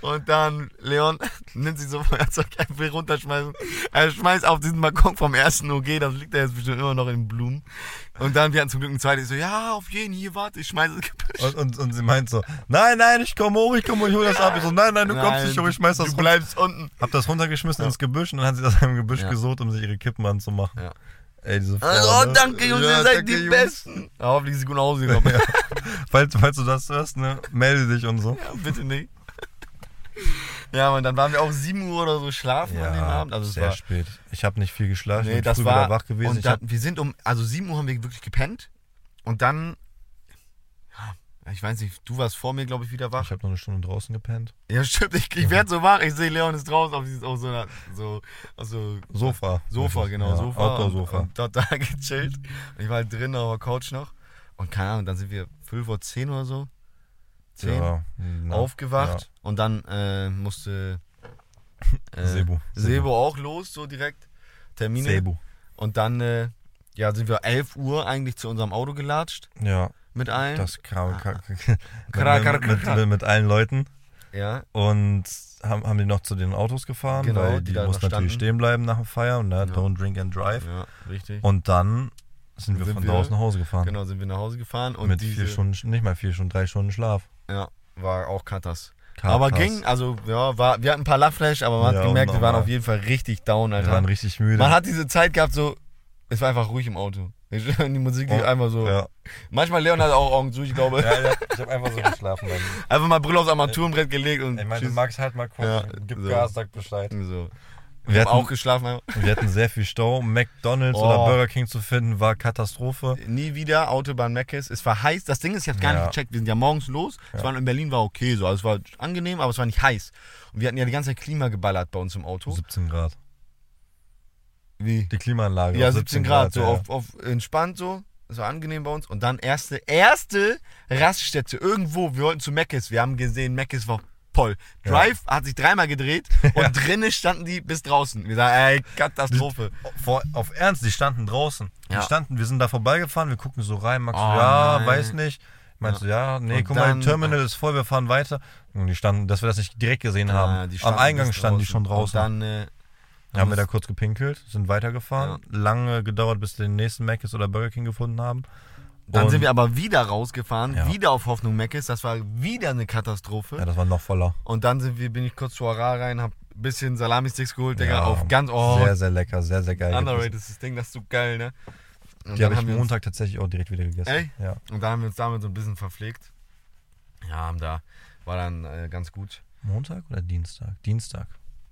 Speaker 2: Und dann Leon nimmt sich so Feuerzeug, er will runterschmeißen, er schmeißt auf diesen Balkon vom ersten OG, das liegt da jetzt bestimmt immer noch in Blumen. Und dann, wir hatten zum Glück einen zweiten, ich so, ja, auf jeden, hier, warte, ich schmeiße das
Speaker 1: und,
Speaker 2: Gebüsch.
Speaker 1: und, und sie meint so, nein, nein, ich komme hoch, ich komme hoch, ich hol das ab. Ich so, nein, nein, du kommst nicht hoch, ich schmeiß das
Speaker 2: Du
Speaker 1: runter.
Speaker 2: bleibst unten.
Speaker 1: Hab das runtergeschmissen
Speaker 2: Ja.
Speaker 1: ins Gebüsch und dann hat sie das im Gebüsch
Speaker 2: Ja.
Speaker 1: gesucht, um sich ihre Kippen anzumachen.
Speaker 2: Ja.
Speaker 1: Ey, diese Frau,
Speaker 2: Oh,
Speaker 1: ne?
Speaker 2: danke, Jungs,
Speaker 1: Ja,
Speaker 2: ihr seid
Speaker 1: danke,
Speaker 2: die
Speaker 1: Jungs.
Speaker 2: Besten. Ja, hoffentlich ist sie gut nach Hause gekommen.
Speaker 1: Ja. Falls, falls du das hörst, ne, melde dich und so.
Speaker 2: Ja, bitte nicht. Ja, Mann, dann waren wir auch 7 Uhr oder so schlafen an dem Abend. Also es
Speaker 1: sehr
Speaker 2: war,
Speaker 1: spät. Ich habe nicht viel geschlafen,
Speaker 2: nee,
Speaker 1: ich bin
Speaker 2: das
Speaker 1: früh
Speaker 2: war
Speaker 1: wieder wach gewesen.
Speaker 2: Und
Speaker 1: Ich
Speaker 2: dann,
Speaker 1: hab,
Speaker 2: wir sind um, also 7 Uhr haben wir wirklich gepennt und dann, ja, ich weiß nicht, du warst vor mir, glaube ich, wieder wach.
Speaker 1: ich hab noch eine Stunde draußen gepennt.
Speaker 2: Ja, stimmt, ich, ich werde so wach, ich sehe Leon ist draußen auf, dieses- auf so einer, so, auf so
Speaker 1: Sofa.
Speaker 2: Sofa, genau,
Speaker 1: ja,
Speaker 2: Sofa.
Speaker 1: Outdoor-Sofa.
Speaker 2: Und, und dort da gechillt. Und ich war halt drin auf der Couch noch. Und keine Ahnung, dann sind wir 5 Uhr 10 oder so. 10
Speaker 1: Ja, na,
Speaker 2: aufgewacht. Und dann äh, musste äh,
Speaker 1: Sebo.
Speaker 2: Sebo auch los, so direkt. Termine.
Speaker 1: Sebu.
Speaker 2: Und dann äh, ja, sind wir 11 Uhr eigentlich zu unserem Auto gelatscht
Speaker 1: Ja,
Speaker 2: mit allen.
Speaker 1: das kam
Speaker 2: Ah. Kra- kra-
Speaker 1: mit, mit,
Speaker 2: kra-
Speaker 1: mit, mit allen Leuten.
Speaker 2: ja,
Speaker 1: und haben, haben die noch zu den Autos gefahren,
Speaker 2: Genau,
Speaker 1: weil
Speaker 2: die
Speaker 1: die,
Speaker 2: da
Speaker 1: mussten
Speaker 2: noch
Speaker 1: natürlich
Speaker 2: standen.
Speaker 1: stehen bleiben nach dem Feiern, ne?
Speaker 2: Ja.
Speaker 1: Don't drink and drive.
Speaker 2: ja, richtig.
Speaker 1: Und dann sind wir
Speaker 2: Sind
Speaker 1: von
Speaker 2: wir-
Speaker 1: draußen nach Hause gefahren.
Speaker 2: genau, sind wir nach Hause gefahren. Und
Speaker 1: Oh. mit
Speaker 2: diese,
Speaker 1: vier Stunden, nicht mal vier Stunden, drei Stunden Schlaf.
Speaker 2: Ja, war auch Katas.
Speaker 1: Katas.
Speaker 2: aber ging, also ja, war, wir hatten ein paar Lachflash, aber man
Speaker 1: Ja,
Speaker 2: hat gemerkt, wir waren
Speaker 1: normal.
Speaker 2: auf jeden Fall richtig down,
Speaker 1: Wir
Speaker 2: Alter.
Speaker 1: waren richtig müde.
Speaker 2: man hat diese Zeit gehabt, so, es war einfach ruhig im Auto. Ich, die Musik lief
Speaker 1: Oh,
Speaker 2: einfach so.
Speaker 1: ja.
Speaker 2: Manchmal Leon hat auch Augen zu, ich glaube.
Speaker 1: ja, ja, ich habe einfach so geschlafen. Dann.
Speaker 2: Einfach mal Brille aufs Armaturenbrett gelegt und
Speaker 1: Ich meine,
Speaker 2: tschüss.
Speaker 1: Max halt mal kurz,
Speaker 2: Ja,
Speaker 1: gib
Speaker 2: so.
Speaker 1: Gas, sag Bescheid.
Speaker 2: so. Wir,
Speaker 1: Wir
Speaker 2: haben
Speaker 1: hatten,
Speaker 2: auch geschlafen. einfach.
Speaker 1: wir hatten sehr viel Stau. McDonalds
Speaker 2: Oh.
Speaker 1: oder Burger King zu finden war Katastrophe.
Speaker 2: Nie wieder Autobahn Meckes. Es war heiß. Das Ding ist, ich habe gar
Speaker 1: Ja.
Speaker 2: nicht gecheckt. Wir sind ja morgens los. Es war in Berlin war okay so. Also es war angenehm, aber es war nicht heiß. Und wir hatten ja die ganze Zeit Klima geballert bei uns im Auto.
Speaker 1: 17 Grad.
Speaker 2: Wie?
Speaker 1: Die Klimaanlage.
Speaker 2: Ja,
Speaker 1: auf
Speaker 2: 17 Grad, so
Speaker 1: ja.
Speaker 2: auf, auf entspannt so. Das war angenehm bei uns. Und dann erste, erste Raststätte irgendwo. Wir wollten zu Meckes. Wir haben gesehen, Meckes war voll. Drive hat sich dreimal gedreht und drinnen standen die bis draußen. Wir sagen, ey, Katastrophe.
Speaker 1: Vor, auf Ernst, die standen draußen.
Speaker 2: Ja.
Speaker 1: Die standen, wir sind da vorbeigefahren, wir gucken so rein, Max, so,
Speaker 2: Oh,
Speaker 1: ja,
Speaker 2: nein.
Speaker 1: weiß nicht. Meinst du, ja, nee,
Speaker 2: Und
Speaker 1: guck mal,
Speaker 2: dann-
Speaker 1: das Terminal ist voll, wir fahren weiter. Und die standen, dass wir das nicht direkt gesehen
Speaker 2: Ja,
Speaker 1: haben.
Speaker 2: Ah, die
Speaker 1: Am
Speaker 2: standen
Speaker 1: Eingang
Speaker 2: bis
Speaker 1: standen die schon
Speaker 2: Und
Speaker 1: draußen.
Speaker 2: dann, äh,
Speaker 1: Dann haben wir da kurz gepinkelt, sind weitergefahren. Lange gedauert, bis wir den nächsten Mc's oder Burger King gefunden haben.
Speaker 2: dann
Speaker 1: Und-
Speaker 2: sind wir aber wieder rausgefahren,
Speaker 1: Ja.
Speaker 2: wieder auf Hoffnung Meckes. Das war wieder eine Katastrophe.
Speaker 1: Ja, das war noch voller.
Speaker 2: Und dann sind wir, bin ich kurz zu Arar rein, hab ein bisschen Salami-Sticks geholt, Digga,
Speaker 1: Ja,
Speaker 2: auf ganz, oh,
Speaker 1: Sehr, sehr lecker, sehr, sehr geil.
Speaker 2: underrated ist das Ding, das ist so geil, ne? Und
Speaker 1: Die habe ich
Speaker 2: haben wir uns-
Speaker 1: Montag tatsächlich auch direkt wieder gegessen.
Speaker 2: Ey?
Speaker 1: Ja.
Speaker 2: Und da haben wir uns damit so ein bisschen verpflegt. Ja, haben da. War dann äh, ganz gut.
Speaker 1: Montag oder Dienstag? Dienstag.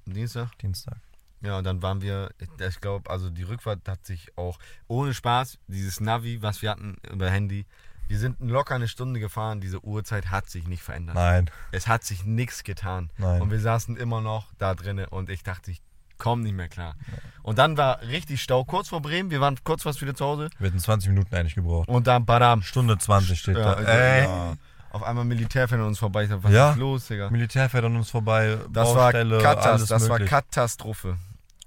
Speaker 2: Am Dienstag.
Speaker 1: Dienstag.
Speaker 2: Ja, und dann waren wir, ich, ich glaube, also die Rückfahrt hat sich auch ohne Spaß, dieses Navi, was wir hatten über Handy, wir sind locker eine Stunde gefahren, diese Uhrzeit hat sich nicht verändert.
Speaker 1: Nein.
Speaker 2: Es hat sich nichts getan.
Speaker 1: Nein.
Speaker 2: Und wir saßen immer noch da drinnen und ich dachte, ich komme nicht mehr klar. Und dann war richtig Stau, kurz vor Bremen, wir waren kurz fast wieder zu Hause
Speaker 1: Wir hätten 20 Minuten eigentlich gebraucht.
Speaker 2: und dann badam.
Speaker 1: Stunde 20 steht
Speaker 2: Ja,
Speaker 1: da.
Speaker 2: also,
Speaker 1: Ey.
Speaker 2: ja. Auf einmal Militärfan an uns vorbei. Ich dachte, was
Speaker 1: Ja.
Speaker 2: ist los, Digga?
Speaker 1: Militär fährt an uns vorbei,
Speaker 2: Das war,
Speaker 1: Baustelle,
Speaker 2: Katas,
Speaker 1: alles
Speaker 2: das war
Speaker 1: möglich.
Speaker 2: Katastrophe.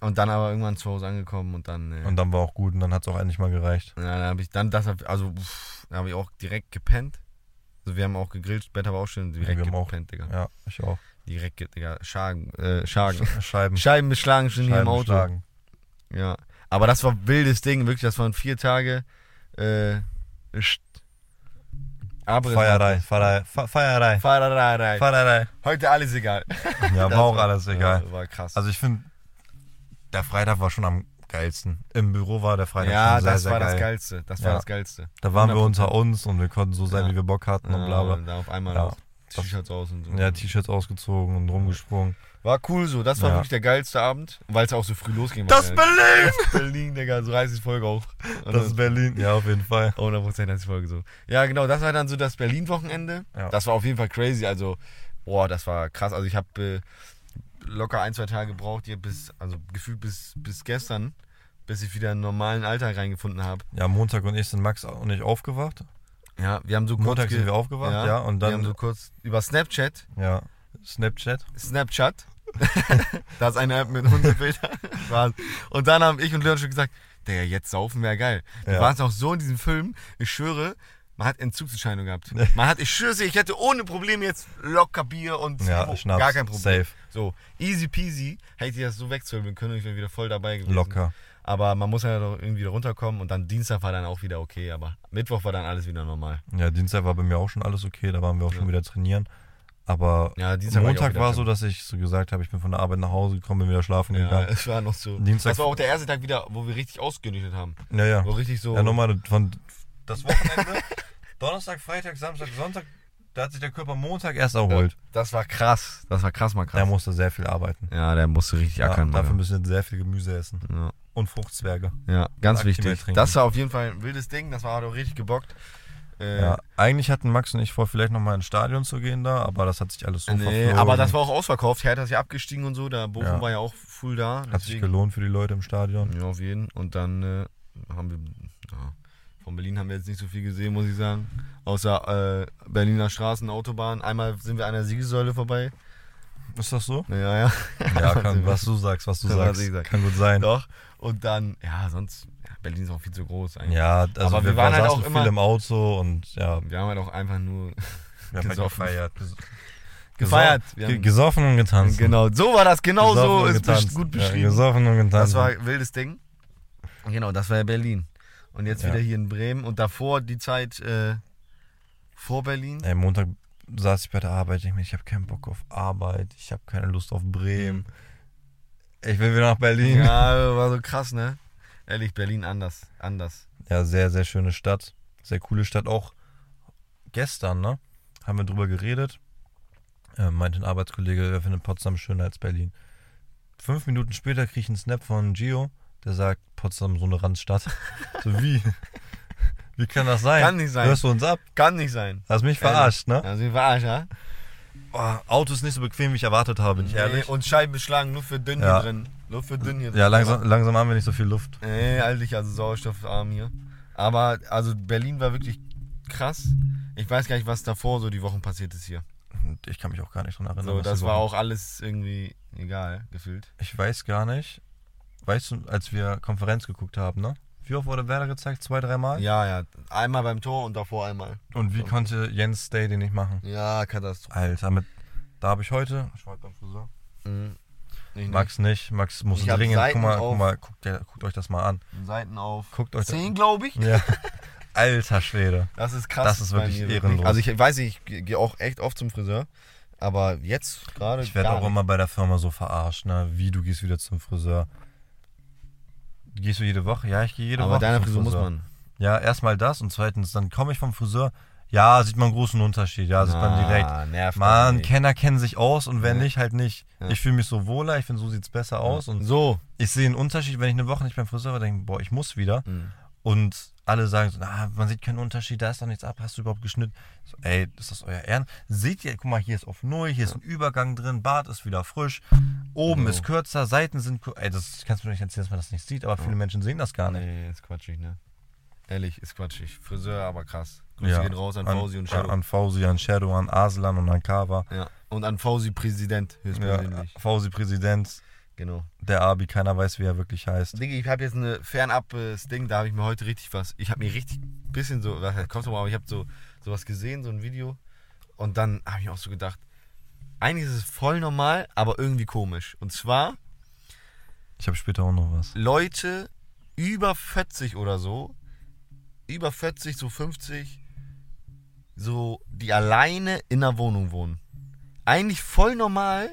Speaker 2: Und dann aber irgendwann zu Hause angekommen und dann. Äh,
Speaker 1: Und dann war auch gut und dann hat es auch endlich mal gereicht.
Speaker 2: ja, dann habe ich dann das, hab- also pff, da habe ich auch direkt gepennt. Also wir haben auch gegrillt, Bett aber auch schon direkt
Speaker 1: wir haben auch-
Speaker 2: gepennt, Digga.
Speaker 1: Ja, ich auch.
Speaker 2: Direkt, ge- Digga, Schagen, äh, Schagen.
Speaker 1: Sch- Scheiben.
Speaker 2: Scheiben beschlagen schon hier im
Speaker 1: Scheiben
Speaker 2: Auto.
Speaker 1: schlagen.
Speaker 2: Ja. Aber das war wildes Ding, wirklich, das waren vier Tage. Äh, St- Abriss-
Speaker 1: Feierei, Feierei, Fe- Feierei,
Speaker 2: Feierei.
Speaker 1: Feierei.
Speaker 2: Heute alles egal.
Speaker 1: Ja,
Speaker 2: Das
Speaker 1: war auch alles egal.
Speaker 2: Ja, war krass.
Speaker 1: Also ich finde, der Freitag war schon am geilsten. Im Büro war der Freitag
Speaker 2: ja,
Speaker 1: schon sehr,
Speaker 2: das
Speaker 1: sehr
Speaker 2: war
Speaker 1: geil.
Speaker 2: das Geilste. Das war
Speaker 1: Ja.
Speaker 2: das Geilste.
Speaker 1: Da waren wir
Speaker 2: 100%.
Speaker 1: unter uns und wir konnten so sein,
Speaker 2: Ja.
Speaker 1: wie wir Bock hatten und
Speaker 2: Ja,
Speaker 1: bla bla.
Speaker 2: und Da auf einmal
Speaker 1: Ja.
Speaker 2: auch T-Shirts aus und so.
Speaker 1: Ja, T-Shirts ausgezogen und rumgesprungen.
Speaker 2: war cool so. Das war
Speaker 1: Ja.
Speaker 2: wirklich der geilste Abend, weil es auch so früh losging. weil-
Speaker 1: Berlin!
Speaker 2: Berlin, Digga, so heißt die Folge auch. Und
Speaker 1: Das ist Berlin. Ja, auf jeden Fall.
Speaker 2: 100% heißt die Folge so. Ja, genau, das war dann so das Berlin-Wochenende.
Speaker 1: Ja.
Speaker 2: Das war auf jeden Fall crazy. Also, boah, das war krass. Also, ich habe äh, locker ein, zwei Tage gebraucht, hier bis, also gefühlt bis, bis gestern, bis ich wieder einen normalen Alltag reingefunden habe.
Speaker 1: Ja, Montag und ich sind Max und ich aufgewacht.
Speaker 2: Ja, wir haben so kurz.
Speaker 1: Montag
Speaker 2: ge-
Speaker 1: sind wir aufgewacht, ja. und
Speaker 2: wir haben
Speaker 1: dann,
Speaker 2: so kurz über Snapchat,
Speaker 1: ja, Snapchat.
Speaker 2: Snapchat. da ist eine App mit Hundefilter. Spaß. und dann haben ich und Leon schon gesagt, Digga, jetzt saufen wäre geil. Wir
Speaker 1: Ja.
Speaker 2: waren es auch so in diesem Film, ich schwöre, man hat Entzugserscheinung gehabt. Man hat, ich schwöre, ich hätte ohne Probleme jetzt locker Bier und
Speaker 1: Ja,
Speaker 2: oh,
Speaker 1: Schnaps.
Speaker 2: gar kein Problem.
Speaker 1: Safe.
Speaker 2: So, easy peasy, hätte ich das so wegzwirbeln können und ich wäre wieder voll dabei gewesen.
Speaker 1: Locker.
Speaker 2: Aber man muss ja doch irgendwie da runterkommen und dann Dienstag war dann auch wieder okay, aber Mittwoch war dann alles wieder normal.
Speaker 1: Ja, Dienstag war bei mir auch schon alles okay, da waren wir auch schon wieder trainieren. Aber
Speaker 2: Ja, Dienstag war ich auch
Speaker 1: Montag
Speaker 2: wieder
Speaker 1: war
Speaker 2: drin.
Speaker 1: so, dass ich so gesagt habe, ich bin von der Arbeit nach Hause gekommen, bin wieder schlafen
Speaker 2: Ja,
Speaker 1: gegangen.
Speaker 2: es war noch so.
Speaker 1: Dienstag-
Speaker 2: Das war auch der erste Tag wieder, wo wir richtig ausgenüchtert haben.
Speaker 1: Ja, ja.
Speaker 2: Wo richtig so.
Speaker 1: Ja, nochmal von das Wochenende, Donnerstag, Freitag, Samstag, Sonntag, da hat sich der Körper Montag erst erholt.
Speaker 2: Das war krass. Das war krass mal
Speaker 1: Der
Speaker 2: krass.
Speaker 1: musste sehr viel arbeiten.
Speaker 2: ja, der musste richtig
Speaker 1: Ja,
Speaker 2: ackern.
Speaker 1: dafür
Speaker 2: Mann.
Speaker 1: müssen wir jetzt sehr viel Gemüse essen.
Speaker 2: ja.
Speaker 1: Und Fruchtzwerge.
Speaker 2: ja, ganz
Speaker 1: Aktiv mehr
Speaker 2: wichtig.
Speaker 1: trinken.
Speaker 2: Das war auf jeden Fall ein wildes Ding. Das war doch richtig gebockt. Äh,
Speaker 1: Ja, eigentlich hatten Max und ich vor, vielleicht nochmal ins Stadion zu gehen da, aber das hat sich alles so
Speaker 2: nee,
Speaker 1: verflogen.
Speaker 2: aber das war auch ausverkauft. Hertha ist ja abgestiegen und so. Da Bochum
Speaker 1: Ja.
Speaker 2: war ja auch full da.
Speaker 1: hat sich gelohnt für die Leute im Stadion.
Speaker 2: ja, auf jeden. Und dann äh, haben wir. Ja, von Berlin haben wir jetzt nicht so viel gesehen, muss ich sagen. Außer äh, Berliner Straßen, Autobahn. Einmal sind wir an der Siegessäule vorbei.
Speaker 1: Ist das so?
Speaker 2: Ja, ja.
Speaker 1: Ja, kann, was du sagst, was du
Speaker 2: Das hat
Speaker 1: sagst.
Speaker 2: sie gesagt.
Speaker 1: Kann gut sein.
Speaker 2: Doch. Und dann, ja, sonst, ja, Berlin ist auch viel zu groß eigentlich.
Speaker 1: Ja, also
Speaker 2: Aber
Speaker 1: wir,
Speaker 2: wir waren halt
Speaker 1: saßen
Speaker 2: auch
Speaker 1: viel
Speaker 2: immer-
Speaker 1: im Auto und ja,
Speaker 2: Wir haben halt auch einfach nur
Speaker 1: wir haben halt
Speaker 2: Gesoffen.
Speaker 1: gefeiert. Ges-
Speaker 2: gefeiert.
Speaker 1: gesau-
Speaker 2: Wir
Speaker 1: ge-
Speaker 2: haben,
Speaker 1: Gesoffen und getanzt.
Speaker 2: genau, so war das, genau
Speaker 1: Gesoffen
Speaker 2: so
Speaker 1: und
Speaker 2: ist best-
Speaker 1: getanzt.
Speaker 2: gut
Speaker 1: Ja,
Speaker 2: beschrieben.
Speaker 1: gesoffen und getanzt.
Speaker 2: das war ein wildes Ding. Genau, das war ja Berlin. Und jetzt
Speaker 1: Ja.
Speaker 2: wieder hier in Bremen und davor die Zeit äh, vor Berlin.
Speaker 1: Ey, Montag saß ich bei der Arbeit, ich mir, ich habe keinen Bock auf Arbeit, ich habe keine Lust auf Bremen. Ich will wieder nach Berlin. Ja.
Speaker 2: Mhm. Ja, war so krass, ne? Ehrlich, Berlin anders, anders.
Speaker 1: sehr, sehr schöne Stadt. Sehr coole Stadt. Auch gestern, ne? Haben wir drüber geredet. Äh, meinte ein Arbeitskollege, er findet Potsdam schöner als Berlin. Fünf Minuten später kriege ich einen Snap von Gio, der sagt, Potsdam so eine Randstadt. so wie? Wie kann das sein?
Speaker 2: Kann nicht sein.
Speaker 1: Hörst du uns ab?
Speaker 2: Kann nicht sein.
Speaker 1: Hast mich verarscht, ne?
Speaker 2: Also, wir verarscht, ja?
Speaker 1: Boah, Oh, Auto ist nicht so bequem, wie ich erwartet habe, bin ich ehrlich.
Speaker 2: Nee, Und Scheiben beschlagen, nur für dünn
Speaker 1: Ja.
Speaker 2: hier drin. Nur für dünn hier drin.
Speaker 1: Ja, langsam, langsam haben wir nicht so viel Luft.
Speaker 2: Nee, eigentlich also sauerstoffarm hier. Aber also Berlin war wirklich krass. Ich weiß gar nicht, was davor so die Wochen passiert ist hier.
Speaker 1: Und Ich kann mich auch gar nicht dran erinnern.
Speaker 2: So,
Speaker 1: was
Speaker 2: das
Speaker 1: wir
Speaker 2: war
Speaker 1: machen.
Speaker 2: auch alles irgendwie egal, gefühlt.
Speaker 1: Ich weiß gar nicht. Weißt du, als wir Konferenz geguckt haben, ne? Wie oft wurde Werder gezeigt? Zwei, dreimal?
Speaker 2: Ja, ja. Einmal beim Tor und davor einmal.
Speaker 1: Und wie konnte Jens Day den nicht machen?
Speaker 2: Ja, Katastrophe.
Speaker 1: Alter, mit. Da habe ich heute. Ich war heute beim Friseur.
Speaker 2: Mhm. Ich
Speaker 1: Max nicht. Max muss
Speaker 2: Ich hab
Speaker 1: dringend.
Speaker 2: Seiten
Speaker 1: Guck mal,
Speaker 2: auf.
Speaker 1: guck mal guckt, der, guckt euch das mal an.
Speaker 2: nicht. Seiten auf.
Speaker 1: Guckt euch das
Speaker 2: Zehn, glaube ich.
Speaker 1: Ja. Alter Schwede.
Speaker 2: Das ist krass.
Speaker 1: Das ist
Speaker 2: bei
Speaker 1: wirklich
Speaker 2: mir
Speaker 1: ehrenlos.
Speaker 2: Also ich weiß nicht, ich ge- gehe auch echt oft zum Friseur. Aber jetzt gerade.
Speaker 1: Ich werde
Speaker 2: gar
Speaker 1: auch
Speaker 2: nicht.
Speaker 1: immer bei der Firma so verarscht, ne? Wie du gehst wieder zum Friseur. Gehst du jede Woche? Ja, ich gehe jede
Speaker 2: Aber
Speaker 1: Woche.
Speaker 2: deiner
Speaker 1: zum
Speaker 2: Frisur muss
Speaker 1: Friseur.
Speaker 2: man.
Speaker 1: Ja, erstmal das und zweitens, dann komme ich vom Friseur. Ja, sieht man einen großen Unterschied. Ja, sieht man direkt.
Speaker 2: Ah, nervt
Speaker 1: Man,
Speaker 2: mich.
Speaker 1: Kenner kennen sich aus und wenn
Speaker 2: Ja.
Speaker 1: nicht, halt nicht.
Speaker 2: Ja.
Speaker 1: Ich fühle mich so wohler, ich finde, so sieht's besser aus. Und
Speaker 2: So.
Speaker 1: ich sehe einen Unterschied, wenn ich eine Woche nicht beim Friseur war, denke boah, ich muss wieder.
Speaker 2: Mhm.
Speaker 1: Und alle sagen so, na, man sieht keinen Unterschied, da ist doch nichts ab, hast du überhaupt geschnitten? So, ey, ist das euer Ehren? Seht ihr, guck mal, hier ist auf Null, hier ist ein Übergang drin, Bart ist wieder frisch, oben
Speaker 2: So.
Speaker 1: ist kürzer, Seiten sind kur- Ey, das kannst du mir nicht erzählen, dass man das nicht sieht, aber viele Menschen sehen das gar nicht.
Speaker 2: Nee, ist quatschig, ne? Ehrlich, ist quatschig. Friseur, aber krass. Grüße gehen raus an, Fausi und Shadow.
Speaker 1: An Fausi, an Shadow, an Aslan und an Kava.
Speaker 2: ja. Und an Fausi Präsident,
Speaker 1: Ja,
Speaker 2: höchstpersönlich.
Speaker 1: Fausi Präsident,
Speaker 2: Genau.
Speaker 1: der Abi, keiner weiß, wie er wirklich heißt.
Speaker 2: Digga, ich habe jetzt eine fernab äh, das Ding, da habe ich mir heute richtig was. Ich habe mir richtig bisschen so, was heißt, kommst du mal, aber ich habe so sowas gesehen, so ein Video. Und dann habe ich auch so gedacht, Eigentlich ist es voll normal, aber irgendwie komisch. Und zwar
Speaker 1: Ich habe später auch noch was.
Speaker 2: Leute über 40 oder so, über 40, so 50, so, die alleine in der Wohnung wohnen. Eigentlich voll normal,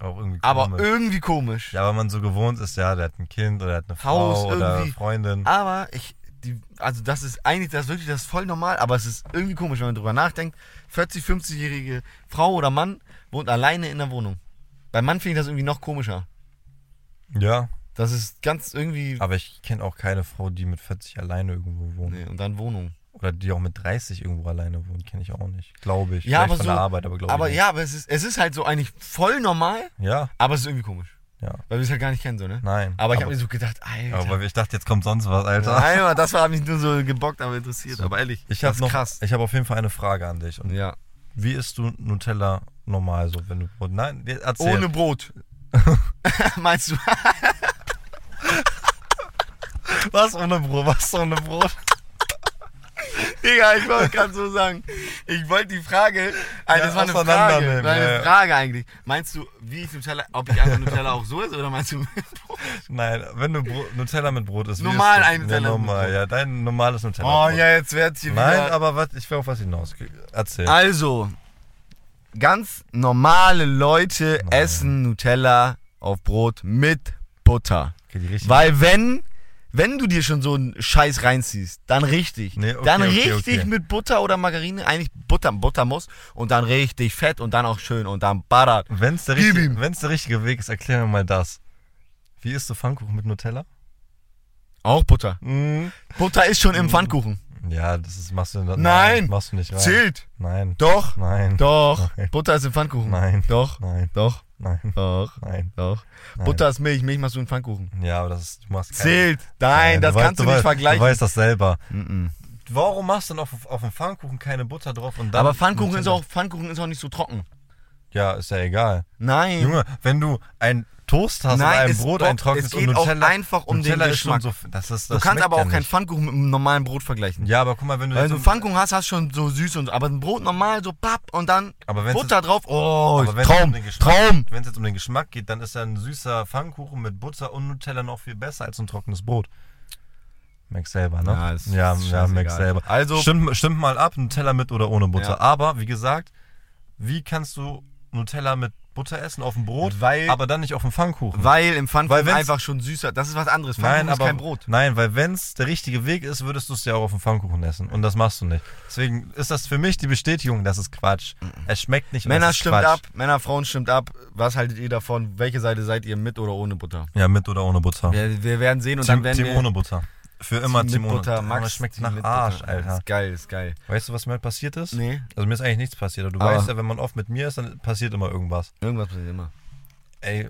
Speaker 1: Auch irgendwie
Speaker 2: aber
Speaker 1: komisch.
Speaker 2: irgendwie komisch.
Speaker 1: ja, weil man so gewohnt ist, ja, der hat ein Kind oder der hat eine
Speaker 2: Haus
Speaker 1: Frau oder
Speaker 2: irgendwie.
Speaker 1: Freundin.
Speaker 2: Aber ich, die, also das ist eigentlich, das ist wirklich, das ist voll normal, aber es ist irgendwie komisch, wenn man drüber nachdenkt. 40, 50-jährige Frau oder Mann wohnt alleine in der Wohnung. Bei Mann finde ich das irgendwie noch komischer.
Speaker 1: Ja,
Speaker 2: Das ist ganz irgendwie.
Speaker 1: aber ich kenne auch keine Frau, die mit 40 alleine irgendwo wohnt.
Speaker 2: Nee, und dann Wohnung.
Speaker 1: Oder die auch mit 30 irgendwo alleine wohnt, kenne ich auch nicht. Glaube ich. Vielleicht
Speaker 2: Ja, aber
Speaker 1: von
Speaker 2: so-
Speaker 1: der Arbeit, aber glaube
Speaker 2: aber
Speaker 1: ich.
Speaker 2: ja, aber es ist, es ist halt so eigentlich voll normal,
Speaker 1: nicht. Ja,
Speaker 2: aber es ist irgendwie komisch.
Speaker 1: ja.
Speaker 2: Weil wir es halt gar nicht kennen, so, ne?
Speaker 1: Nein.
Speaker 2: Aber ich habe mir so gedacht, Alter.
Speaker 1: aber ich dachte, jetzt kommt sonst was, Alter.
Speaker 2: Nein, Mann, das war mich nur so gebockt, aber interessiert. Aber ehrlich,
Speaker 1: Ich
Speaker 2: das
Speaker 1: habe
Speaker 2: ist
Speaker 1: noch,
Speaker 2: krass.
Speaker 1: ich habe auf jeden Fall eine Frage an dich. Und
Speaker 2: Ja.
Speaker 1: wie isst du Nutella normal so, wenn du Brot? Nein, wir- erzähl.
Speaker 2: Ohne Brot. Meinst du?
Speaker 1: was ohne Brot? Was ohne Brot?
Speaker 2: Digga, ich wollte gerade so sagen. Ich wollte die Frage. Also,
Speaker 1: Ja,
Speaker 2: das war eine
Speaker 1: auseinandernehmen,
Speaker 2: Frage. War eine
Speaker 1: ja, ja.
Speaker 2: Frage eigentlich. Meinst du, wie ich Nutella, ob ich einfach Nutella auch so ist oder meinst du mit Brot?
Speaker 1: Nein, wenn du Bro Nutella mit Brot isst. wie
Speaker 2: Normal
Speaker 1: isst du-
Speaker 2: ein
Speaker 1: ja,
Speaker 2: Nutella mit
Speaker 1: normal,
Speaker 2: Brot.
Speaker 1: ja, dein normales Nutella.
Speaker 2: Oh
Speaker 1: mit Brot.
Speaker 2: ja, jetzt wird hier
Speaker 1: Nein,
Speaker 2: wieder.
Speaker 1: aber was, ich will auf was hinaus. Erzähl.
Speaker 2: Also, ganz normale Leute essen Nutella auf Brot mit Butter.
Speaker 1: Okay, die richtig.
Speaker 2: Weil wenn, wenn du dir schon so einen Scheiß reinziehst, dann richtig.
Speaker 1: Nee, okay,
Speaker 2: dann
Speaker 1: okay,
Speaker 2: richtig
Speaker 1: okay.
Speaker 2: mit Butter oder Margarine, eigentlich Butter, Butter muss und dann richtig fett und dann auch schön und dann badert.
Speaker 1: Wenn's der,
Speaker 2: Gib
Speaker 1: richtige,
Speaker 2: ihm.
Speaker 1: wenn's der richtige Weg ist, erklär mir mal das. Wie isst du Pfannkuchen mit Nutella?
Speaker 2: Auch Butter. Butter ist schon
Speaker 1: Mm.
Speaker 2: im Pfannkuchen.
Speaker 1: Ja, das ist, machst du
Speaker 2: Nein.
Speaker 1: Machst du nicht rein.
Speaker 2: Zählt.
Speaker 1: Nein.
Speaker 2: Doch.
Speaker 1: Nein.
Speaker 2: Doch.
Speaker 1: Nein.
Speaker 2: Butter ist im Pfannkuchen.
Speaker 1: Nein.
Speaker 2: Doch.
Speaker 1: Nein.
Speaker 2: Doch.
Speaker 1: Nein.
Speaker 2: Doch.
Speaker 1: Nein.
Speaker 2: Doch.
Speaker 1: Nein.
Speaker 2: Butter ist Milch. Milch machst du in Pfannkuchen.
Speaker 1: Ja, aber das ist, du machst keine-
Speaker 2: Zählt. Nein, das
Speaker 1: du weißt-
Speaker 2: kannst du,
Speaker 1: weißt,
Speaker 2: nicht vergleichen.
Speaker 1: Du weißt das selber.
Speaker 2: Mm-mm.
Speaker 1: Warum machst du denn auf, auf dem Pfannkuchen keine Butter drauf und dann.
Speaker 2: Aber Pfannkuchen ist,
Speaker 1: Nutella?
Speaker 2: auch, Pfannkuchen ist auch nicht so trocken.
Speaker 1: Ja, ist ja egal.
Speaker 2: Nein.
Speaker 1: Junge, wenn du ein Toast hast
Speaker 2: Nein,
Speaker 1: oder ein
Speaker 2: es-
Speaker 1: Brot,
Speaker 2: doch,
Speaker 1: ein trockenes
Speaker 2: es geht
Speaker 1: und
Speaker 2: auch
Speaker 1: Nutella.
Speaker 2: einfach um den
Speaker 1: Nutella ist schon
Speaker 2: Geschmack.
Speaker 1: so. Das ist,
Speaker 2: Du
Speaker 1: das
Speaker 2: kannst
Speaker 1: schmeckt
Speaker 2: aber auch
Speaker 1: ja
Speaker 2: keinen
Speaker 1: nicht.
Speaker 2: Pfannkuchen mit einem normalen Brot vergleichen.
Speaker 1: Ja, aber guck mal, wenn du.
Speaker 2: Weil
Speaker 1: jetzt um
Speaker 2: so
Speaker 1: so-
Speaker 2: einen Pfannkuchen hast, hast schon so süß und aber ein Brot normal, so papp und dann
Speaker 1: Aber wenn's
Speaker 2: Butter drauf. Oh,
Speaker 1: Aber wenn's um
Speaker 2: Traum,
Speaker 1: den Geschmack-
Speaker 2: Traum.
Speaker 1: Wenn es jetzt um den Geschmack geht, dann ist ja ein süßer Pfannkuchen mit Butter und Nutella noch viel besser als ein trockenes Brot. Merkst selber, ne?
Speaker 2: Ja, ist-
Speaker 1: ja,
Speaker 2: ist
Speaker 1: ja merkst
Speaker 2: scheißegal.
Speaker 1: selber.
Speaker 2: Also-
Speaker 1: stimmt, stimmt mal ab, Nutella mit oder ohne Butter.
Speaker 2: Ja.
Speaker 1: Aber wie gesagt, wie kannst du Nutella mit Butter essen auf dem Brot,
Speaker 2: Weil-
Speaker 1: aber dann nicht auf dem Pfannkuchen?
Speaker 2: Weil im Pfannkuchen
Speaker 1: Weil wenn's-
Speaker 2: einfach schon süßer. Das ist was anderes. Pfannkuchen
Speaker 1: Nein,
Speaker 2: ist
Speaker 1: aber
Speaker 2: kein Brot.
Speaker 1: nein, weil wenn es der richtige Weg ist, würdest du es ja auch auf dem Pfannkuchen essen und das machst du nicht. Deswegen ist das für mich die Bestätigung, das ist Quatsch. Es schmeckt nicht. und
Speaker 2: Mhm. Männer
Speaker 1: das ist
Speaker 2: stimmt
Speaker 1: Quatsch.
Speaker 2: ab, Männer, Frauen stimmt ab. Was haltet ihr davon? Welche Seite seid ihr mit oder ohne Butter?
Speaker 1: Ja, mit oder ohne Butter.
Speaker 2: Wir, wir werden sehen und
Speaker 1: Team,
Speaker 2: dann werden
Speaker 1: Team
Speaker 2: wir.
Speaker 1: ohne Butter. Für immer
Speaker 2: mit
Speaker 1: Team ohne
Speaker 2: Butter, Max.
Speaker 1: Das schmeckt
Speaker 2: Team
Speaker 1: nach
Speaker 2: mit
Speaker 1: Arsch,
Speaker 2: Butter.
Speaker 1: Alter.
Speaker 2: Ist geil, ist geil.
Speaker 1: Weißt du, was mir passiert ist?
Speaker 2: Nee, Ah.
Speaker 1: Also mir ist eigentlich nichts passiert. Aber du
Speaker 2: Aber-
Speaker 1: weißt ja, wenn man oft mit mir ist, dann passiert immer irgendwas.
Speaker 2: irgendwas passiert immer.
Speaker 1: Ey,